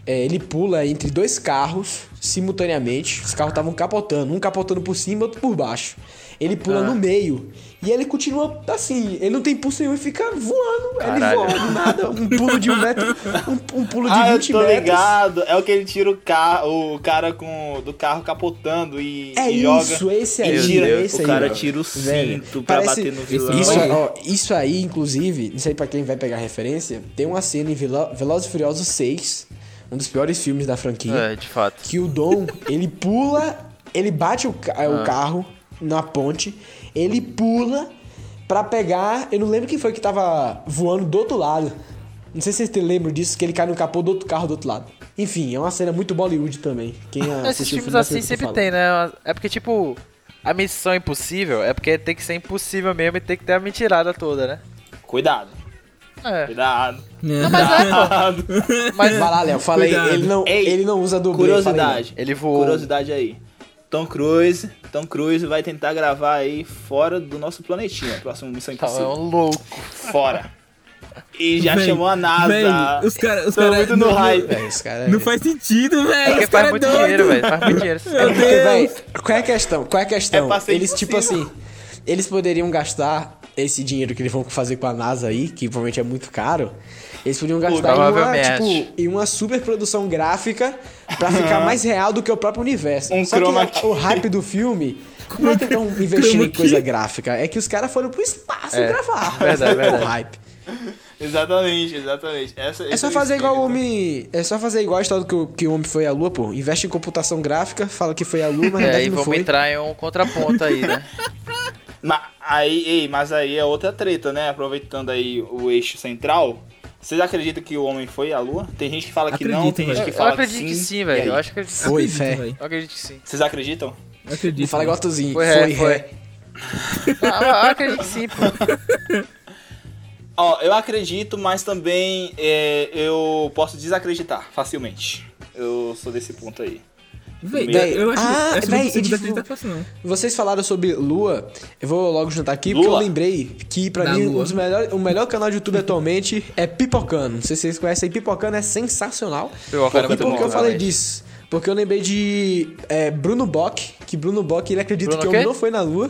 é, ele pula entre dois carros simultaneamente. Os carros estavam capotando, um capotando por cima, outro por baixo. Ele Ah. pula no meio e ele continua assim. Ele não tem pulso nenhum e fica voando. Caralho. Ele voa do nada. Um pulo de um metro, um, um pulo de Ah, eu 20 tô metros. ligado. É o que ele tira o, carro, o cara com, do carro capotando e, É e joga. isso, esse aí. E tira, esse o aí, cara ó. tira o cinto Velho, pra parece- bater no vilão. Isso, ó, isso aí, inclusive, não sei pra quem vai pegar referência, tem uma cena em Velo Velozes e Furiosos 6, um dos piores filmes da franquia, É, de fato. que o Dom, ele pula, ele bate o, ca- Ah. o carro na ponte, ele pula pra pegar, eu não lembro quem foi que tava voando do outro lado. Não sei se vocês te lembram disso, que ele cai no capô do outro carro do outro lado. Enfim, é uma cena muito Bollywood também. Quem Esses assistiu o filme filmes vai saber assim do que eu sempre falo. tem, né? É porque, tipo, a missão impossível é porque tem que ser impossível mesmo e tem que ter a mentirada toda, né? Cuidado, É. cuidado. Não, Cuidado. Mas Vai lá, Léo, fala aí. Cuidado. Ele não, Ei, ele não usa dublê. fala aí, Curiosidade. ele voou. Curiosidade aí. Tom Cruise, Tom Cruise vai tentar gravar aí fora do nosso planetinha. Próximo Missão Não, é Impossível. um louco. Fora. E já Véi, chamou a NASA. Véi, os cara- os Tô cara- muito não- no não- hype. Léo. É, esse cara Não faz sentido, velho. Porque Os caras faz é muito doido. dinheiro, velho. Faz muito dinheiro. É porque, véi, Deus. qual é a questão? Qual é a questão? É pra ser eles, tipo impossível. assim, eles poderiam gastar esse dinheiro que eles vão fazer com a NASA aí, que provavelmente é muito caro. Eles poderiam gastar em uma, provavelmente. tipo, em uma super produção gráfica pra ficar mais real do que o próprio universo. Um Só que chroma a- key. o hype do filme não é que estão investindo Chroma em coisa key. gráfica, é que os caras foram pro espaço É, gravar. verdade, Esse é o verdade. hype. Exatamente, exatamente. Essa, É só fazer igual o homem. É só fazer igual a história que o, que o homem foi à lua, pô. Investe em computação gráfica, fala que foi à lua, mas na É, verdade e não vamos foi. entrar em um contraponto aí, né? Mas aí, ei, mas aí é outra treta, né? Aproveitando aí o eixo central. Vocês acreditam que o homem foi à lua? Tem gente que fala que não, Acredito, tem gente velho. que Eu fala acredito sim. que sim, E aí? velho. Eu acho que acredito- Foi, Acredito, fé. velho. eu acredito que sim. Vocês acreditam? Acredito. Fala igual tuzinho. Foi Foi, ré, foi, é. foi. ré. Ah, eu acredito que sim, pô. Ó, eu acredito, mas também é, eu posso desacreditar facilmente. Eu sou desse ponto aí. Véi, Véi, eu acho ah, eu acho que véi, não consigo e dar tipo- acreditar fácil, não. Vocês falaram sobre lua. Eu vou logo juntar aqui, Lua? porque eu lembrei que pra Da mim lua. um dos melhores, o melhor canal de YouTube atualmente é Pipocano. Não sei se vocês conhecem aí, Pipocano é sensacional. Pipocano é e muito por bom, que eu falei realmente. disso? Porque eu lembrei de é, Bruno Bock, que Bruno Bock ele acredita Bruno que o quê? homem não foi na Lua.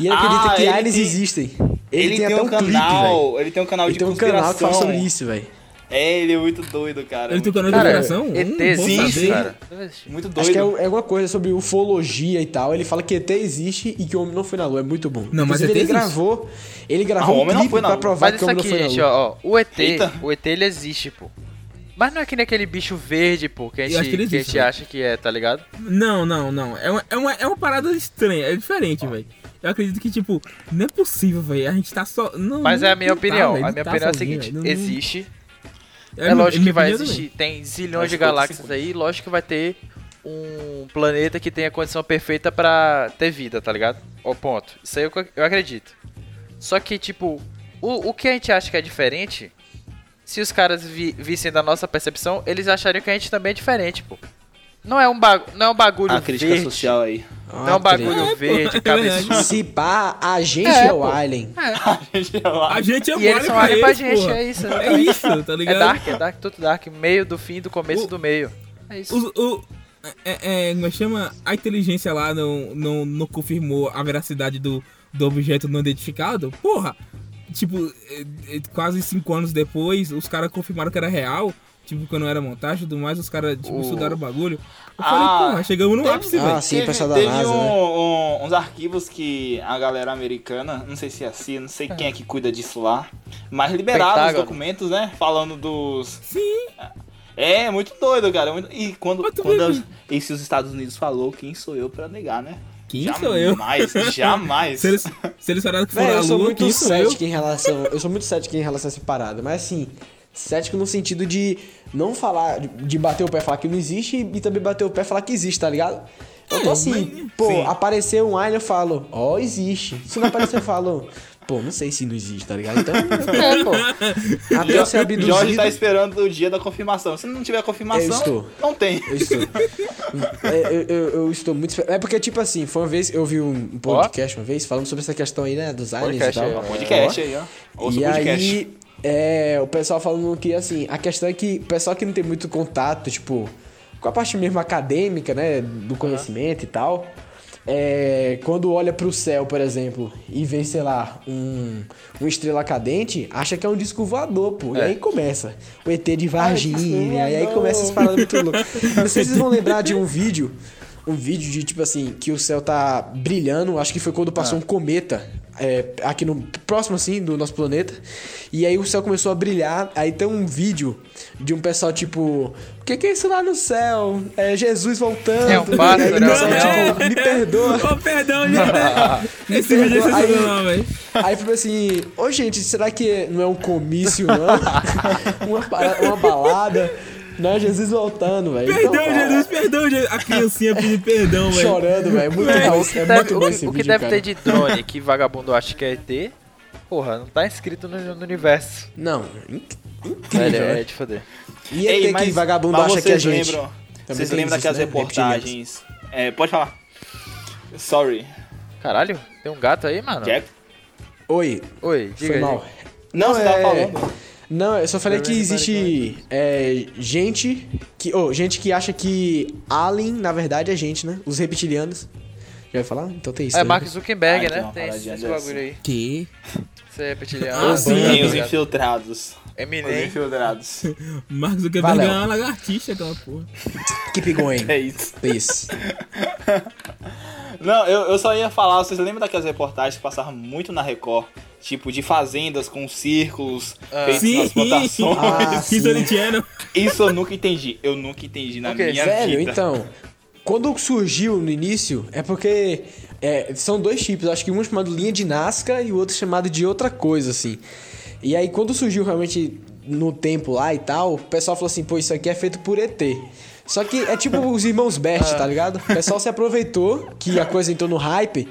E ele Ah, acredita que ele aliens tem- existem. Ele, tem, até um clipe, canal, velho. ele tem um canal Ele de tem um conspiração. canal que fala sobre isso, velho. É, ele é muito doido, cara. Ele tem um muito canal de Cara, coração? ET bom existe, saber. cara. Muito doido. Acho que é, o- é alguma coisa sobre ufologia e tal. Ele fala que ET existe e que o homem não foi na Lua. É muito bom. Não, mas Inclusive, ET ele existe. gravou. Ele gravou Ah, o um homem não clipe foi na pra Lua. provar Mas isso que o homem não aqui, foi na gente, Lua. ó, ó, o ET, Eita. o ET ele existe, pô. Mas não é que nem aquele bicho verde, pô, que a Eu gente, acho que ele que a existe, gente né? acha que é, tá ligado? Não, não, não. É uma, é uma, é uma parada estranha, é Ah. diferente, velho. Eu acredito que, tipo, não é possível, velho. A gente tá só. não- Mas não- é a minha não tá, opinião. velho, a não minha tá opinião é a sozinho, seguinte: velho. Não- existe, é É, minha- lógico minha que vai opinião também. existir. Tem zilhões Acho de que outros galáxias aí, lógico que vai ter um planeta que tem a condição perfeita pra ter vida, tá ligado? Ó, ponto. Isso aí eu, ac- eu acredito. Só que, tipo, o, o que a gente acha que é diferente, se os caras vi- vissem da nossa percepção, eles achariam que a gente também é diferente, pô. Não é um, bagu não é um bagulho A crítica verde, social aí. não é um bagulho verde, é cabeçudo. verdade. Se pá, a gente É, é, o pô. Alien. A gente é lá. A gente é E eles mole são ali pra gente, porra. é isso. É isso, tá É ligado? dark, é dark, tudo dark. Meio do fim, do começo, O- do meio. É isso. Os- o, é, é, como é que chama? A inteligência lá não, não, não confirmou a veracidade do, do objeto não identificado? Porra! Tipo, é, é, quase cinco anos depois, os caras confirmaram que era real. Tipo, quando era montagem e tudo mais, os caras tipo, O- estudaram o bagulho. Eu Ah. falei, porra, chegamos no ápice, velho. Ah, sim, teve, pessoal da teve NASA, um- né? um- uns arquivos que a galera americana, não sei se é assim, não sei quem é que cuida disso lá, mas liberaram os Pentágono. documentos, né? Falando dos. Sim, É, muito doido, cara. muito- E quando, Mas tu quando vê, as- e se os Estados Unidos falou, quem sou eu pra negar, né? quem sou eu? Jamais, jamais. Se eles, se eles falaram que Véi, foram a eu sou lua, muito quem sou eu? cético em relação. Eu sou muito cético em relação a essa parada, mas assim, cético no sentido de não falar, de- de bater o pé e falar que não existe e também bater o pé e falar que existe, tá ligado? Eu tô assim, pô, Sim. apareceu um alien, eu falo, ó, existe. Se não aparecer, eu falo, pô, não sei se não existe, tá ligado? Então, É, pô. até eu ser abduzido, Jorge tá esperando o dia da confirmação. Se não tiver confirmação, Eu estou. não tem. eu estou. É, eu, eu- eu estou muito. esper- É porque, tipo assim, foi uma vez, eu vi um podcast uma vez falando sobre essa questão aí, né, dos aliens Podcast e aí, tal. ó. Podcast é. aí, ó. Ouça o e podcast. aí, é, o pessoal falando que, assim, a questão é que o pessoal que não tem muito contato, tipo, com a parte mesmo acadêmica, né, do conhecimento e tal, é, quando olha pro céu, por exemplo, e vê, sei lá, um, uma estrela cadente, acha que é um disco voador, pô. E É. aí começa o ET de Varginha, e aí começa as paradas muito loucas. Não sei se vocês vão lembrar de um vídeo... Um vídeo de tipo assim, que o céu tá brilhando, acho que foi quando passou um cometa é, aqui no próximo assim do nosso planeta. E aí o céu começou a brilhar. Aí tem um vídeo de um pessoal tipo, o que que é isso lá no céu? É Jesus voltando. É um pássaro, Aí o é um pessoal, anel. tipo, me perdoa. Ô, perdão, né? me perdoa. Esse vídeo é perdoa. Aí- sensacional, velho. Aí foi assim, ô gente, será que não é um comício não? uma, para- uma balada, não é Jesus voltando, velho. Então, Perdão, cara, Jesus, perdão, Jesus. A criancinha pedindo perdão, velho. Chorando, velho. Muito Véi, bom, O esse- que é deve, muito o bom que- esse o que vídeo, deve cara. ter de drone que vagabundo acha que é ET, porra, não tá inscrito no, no universo. Não, inc- incrível. Velho, é velho. de foder. E é Ei, ter que vagabundo acha que é vocês gente. Lembram, Também vocês tem lembram isso, daquelas né? reportagens. É, pode falar. Sorry. Caralho, tem um gato aí, mano? Jack? Oi, Oi, diga foi aí. mal. Não, você é- tava falando. Não, eu só falei que existe é, gente que. Ou gente que acha que Alien, na verdade, é gente, né? Os reptilianos. Já ia falar? Então tem isso. É né? Mark Zuckerberg, Ah, tem né? uma Tem esse, paradinha esse dessa. bagulho aí. Que? Você é reptiliano. Ah, tá sim. ligado? Tem os infiltrados. Os Eminem. infiltrados. Marcos Zuckerberg Valeu. é uma lagartixa, aquela porra. Keep going. É isso. Please. Não, eu, eu só ia falar, vocês lembram daquelas reportagens que passavam muito na Record? Tipo, de fazendas com círculos feitos nas Sim! plantações. Ah, sim. History Channel. Isso eu nunca entendi. Eu nunca entendi na Ok, minha Velho, vida. então. Quando surgiu no início, é porque. é, são dois tipos, acho que um é chamado linha de Nazca e o outro é chamado de outra coisa, assim. E aí, quando surgiu realmente no tempo lá e tal, o pessoal falou assim: pô, isso aqui é feito por ET. Só que é tipo os irmãos Best, tá ligado? O pessoal se aproveitou que a coisa entrou no hype.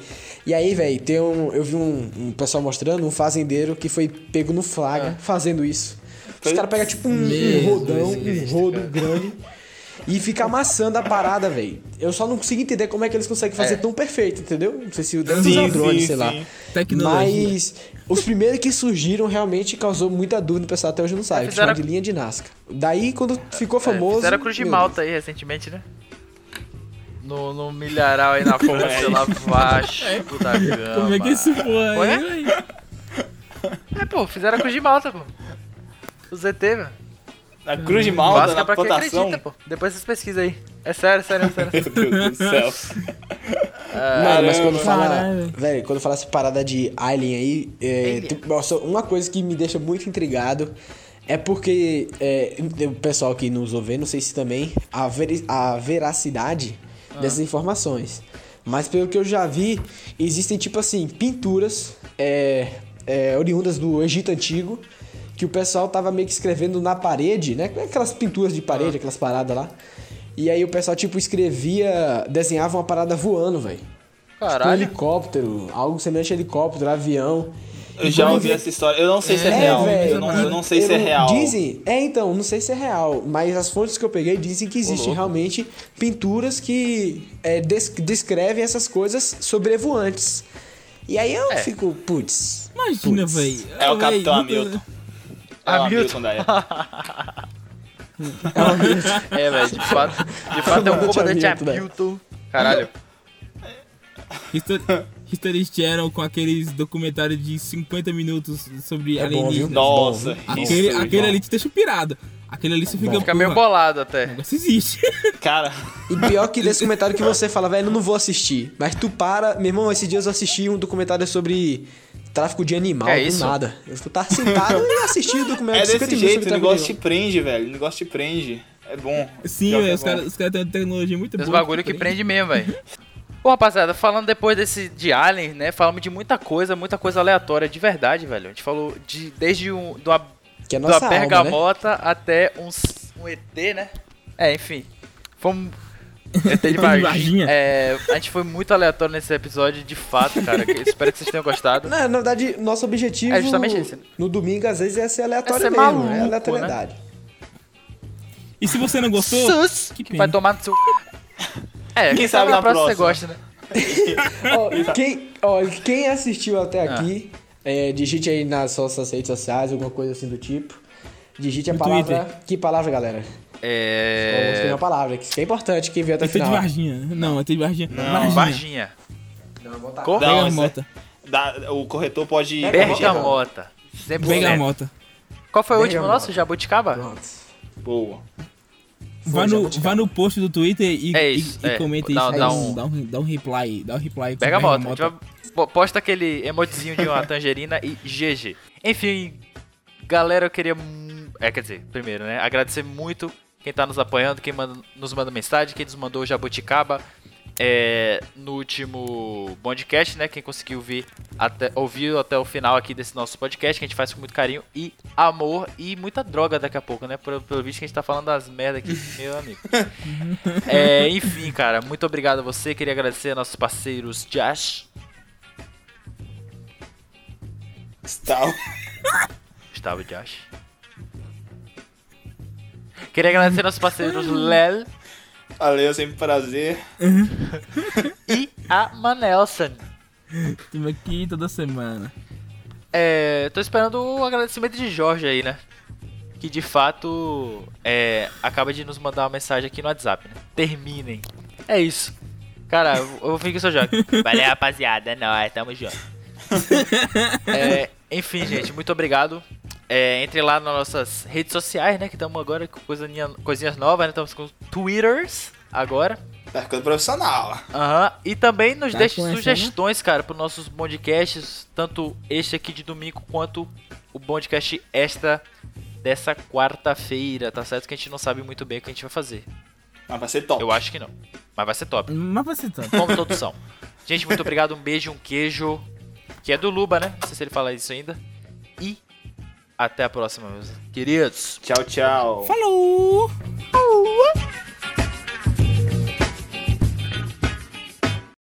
E aí, velho, tem um. Eu vi um, um pessoal mostrando um fazendeiro que foi pego no É. flagra fazendo isso. Os caras pegam tipo um, um Meu rodão, um rodo grande. E fica amassando a parada, velho. Eu só não consigo entender como é que eles conseguem fazer tão perfeito, entendeu? Não sei se o Deus Sim, usa drone, sim, sei lá. sim. Tecnologia. Mas os primeiros que surgiram realmente causou muita dúvida, o pessoal até hoje não sabe. É, que fizeram- chama de linha de Nazca. Daí, quando ficou É, famoso. fizeram a Cruz de meu Malta aí recentemente, né? No, no milharal aí na forma de lá, Vasco da Gama. Como é que isso Ué? foi? né? hein, véi? É, pô, fizeram a Cruz de Malta, pô. O ZT, velho. Na Cruz de Malta, Vasco é na pra quem plantação. acredita, pô. Depois vocês pesquisam aí. É sério, sério, é sério. Meu Deus do céu. Mano, mas quando fala, Caramba. Caralho. velho, quando fala essa parada de Alien aí, é, Alien. tu- nossa, uma coisa que me deixa muito intrigado é porque é, o pessoal que nos ouve, não sei se também, a, veri- a veracidade dessas informações. Mas pelo que eu já vi, existem tipo assim, pinturas é, é, oriundas do Egito Antigo que o pessoal tava meio que escrevendo na parede, né? Aquelas pinturas de parede, aquelas paradas lá. E aí o pessoal, tipo, escrevia, desenhava uma parada voando, velho. Tipo um Caralho. helicóptero, algo semelhante a helicóptero, avião. Eu já ouvi essa história. Eu não sei se é, real. velho. eu, não, eu não sei se é Eu não- real. Dizem, é então, não sei se é real, mas as fontes que eu peguei dizem que existem louco. realmente pinturas que é, des- descrevem essas coisas sobrevoantes. E aí eu É. fico, putz. Imagina, putz. velho. É Véi, o Capitão muita- Hamilton. É o Hamilton da época. É, velho, de fato. De fato é um Comandante comandante Hamilton, velho. Hamilton. Caralho. History, History Channel com aqueles documentários de 50 minutos sobre É bom, viu? alienígenas. Nossa, Aquele, isso, é aquele irmão. ali te deixa pirado. Aquele É ali você fica. Fica meio porra, bolado o até. negócio existe. Cara, E pior que desse comentário que você fala, velho, eu não vou assistir. Mas tu para, meu irmão, esses dias eu assisti um documentário sobre tráfico de animal, É do isso? nada. Eu tava sentado e assisti o documentário de é 50 minutos desse jeito. O sobre tráfico de animal. negócio te prende, velho. O negócio te prende. É bom. Sim, Pior que velho, é os bom. caras os caras têm uma tecnologia muito Tem uns boa. bagulho que prende mesmo, velho. Bom, rapaziada, falando depois desse de Alien, né? Falamos de muita coisa, muita coisa aleatória, de verdade, velho. A gente falou de, desde um, de uma Que é da nossa alma, né? bergamota até um, s- um ET, né? É, enfim. Fomos. ET de de Varginha. Varginha. É, a gente foi muito aleatório nesse episódio, de fato, cara. que- espero que vocês tenham gostado. Na, na verdade, nosso objetivo É justamente esse. no domingo, às vezes, é ser aleatório É ser mesmo. é maluco, aleatoriedade. E se você não gostou, Sus! que Vai pena. tomar no seu. É, quem, sabe na próxima você gosta, né? tá. Ó, quem, ó, quem assistiu até Ah. aqui, é, digite aí nas suas redes sociais, alguma coisa assim do tipo. Digite a No palavra. Twitter. Que palavra, galera? É... Vamos escolher É. uma palavra, que isso que é importante quem veio até o Eu tô de final. Varginha. Não, eu tô de Varginha. Não, Varginha. é Varginha. Não, vou tá- Cor- Não, Bergamota. Dá- o corretor pode. Bergamota. 100%. Bergamota. Qual foi o último Bergamota. nosso? Jabuticaba? Pronto. Boa. Vá já no, vou te vá no post do Twitter e, É e- isso, e é. comenta Dá- isso. dá Dá um- um, dá, um, dá um reply. Dá um reply. com Bergamota. A gente vai- po- Posta aquele emotezinho de uma tangerina e GG. Enfim, galera, eu queria. mu- É, quer dizer, primeiro, né? Agradecer muito quem tá nos apoiando, quem manda- nos manda mensagem, quem nos mandou o Jabuticaba é, no último podcast, né? Quem conseguiu vir até, ouviu até o final aqui desse nosso podcast, que a gente faz com muito carinho e amor e muita droga daqui a pouco, né? Pelo, pelo visto que a gente tá falando das merdas aqui, meu amigo. É, enfim, cara, muito obrigado a você. Queria agradecer a nossos parceiros Josh, Está- Gustavo Josh. Queria agradecer a nossos parceiros Lel Valeu, sempre um prazer. e a Manelson. Estamos aqui toda semana. É, tô esperando o agradecimento de Jorge aí, né? Que de fato é, acaba de nos mandar uma mensagem aqui no WhatsApp, né? Terminem. É isso. Cara, eu eu vou ficar com o seu Jorge. Valeu, rapaziada. É nóis, tamo junto. É, enfim, gente, muito obrigado. É, entre lá nas nossas redes sociais, né? Que estamos agora com coisinha- coisinhas novas, né? Estamos com Twitters agora. Tá ficando profissional. Aham. E também nos Tá deixe com essa, sugestões, cara, para nossos podcasts, tanto este aqui de domingo quanto o podcast extra dessa quarta-feira, tá certo? Que a gente não sabe muito bem o que a gente vai fazer. Mas vai ser top. Eu acho que não. Mas vai ser top. Mas vai ser tanto. Como todos são. Gente, muito obrigado. Um beijo, um queijo. Que é do Luba, né? Não sei se ele fala isso ainda. E até a próxima, meus queridos. Tchau, tchau. Falou! Falou!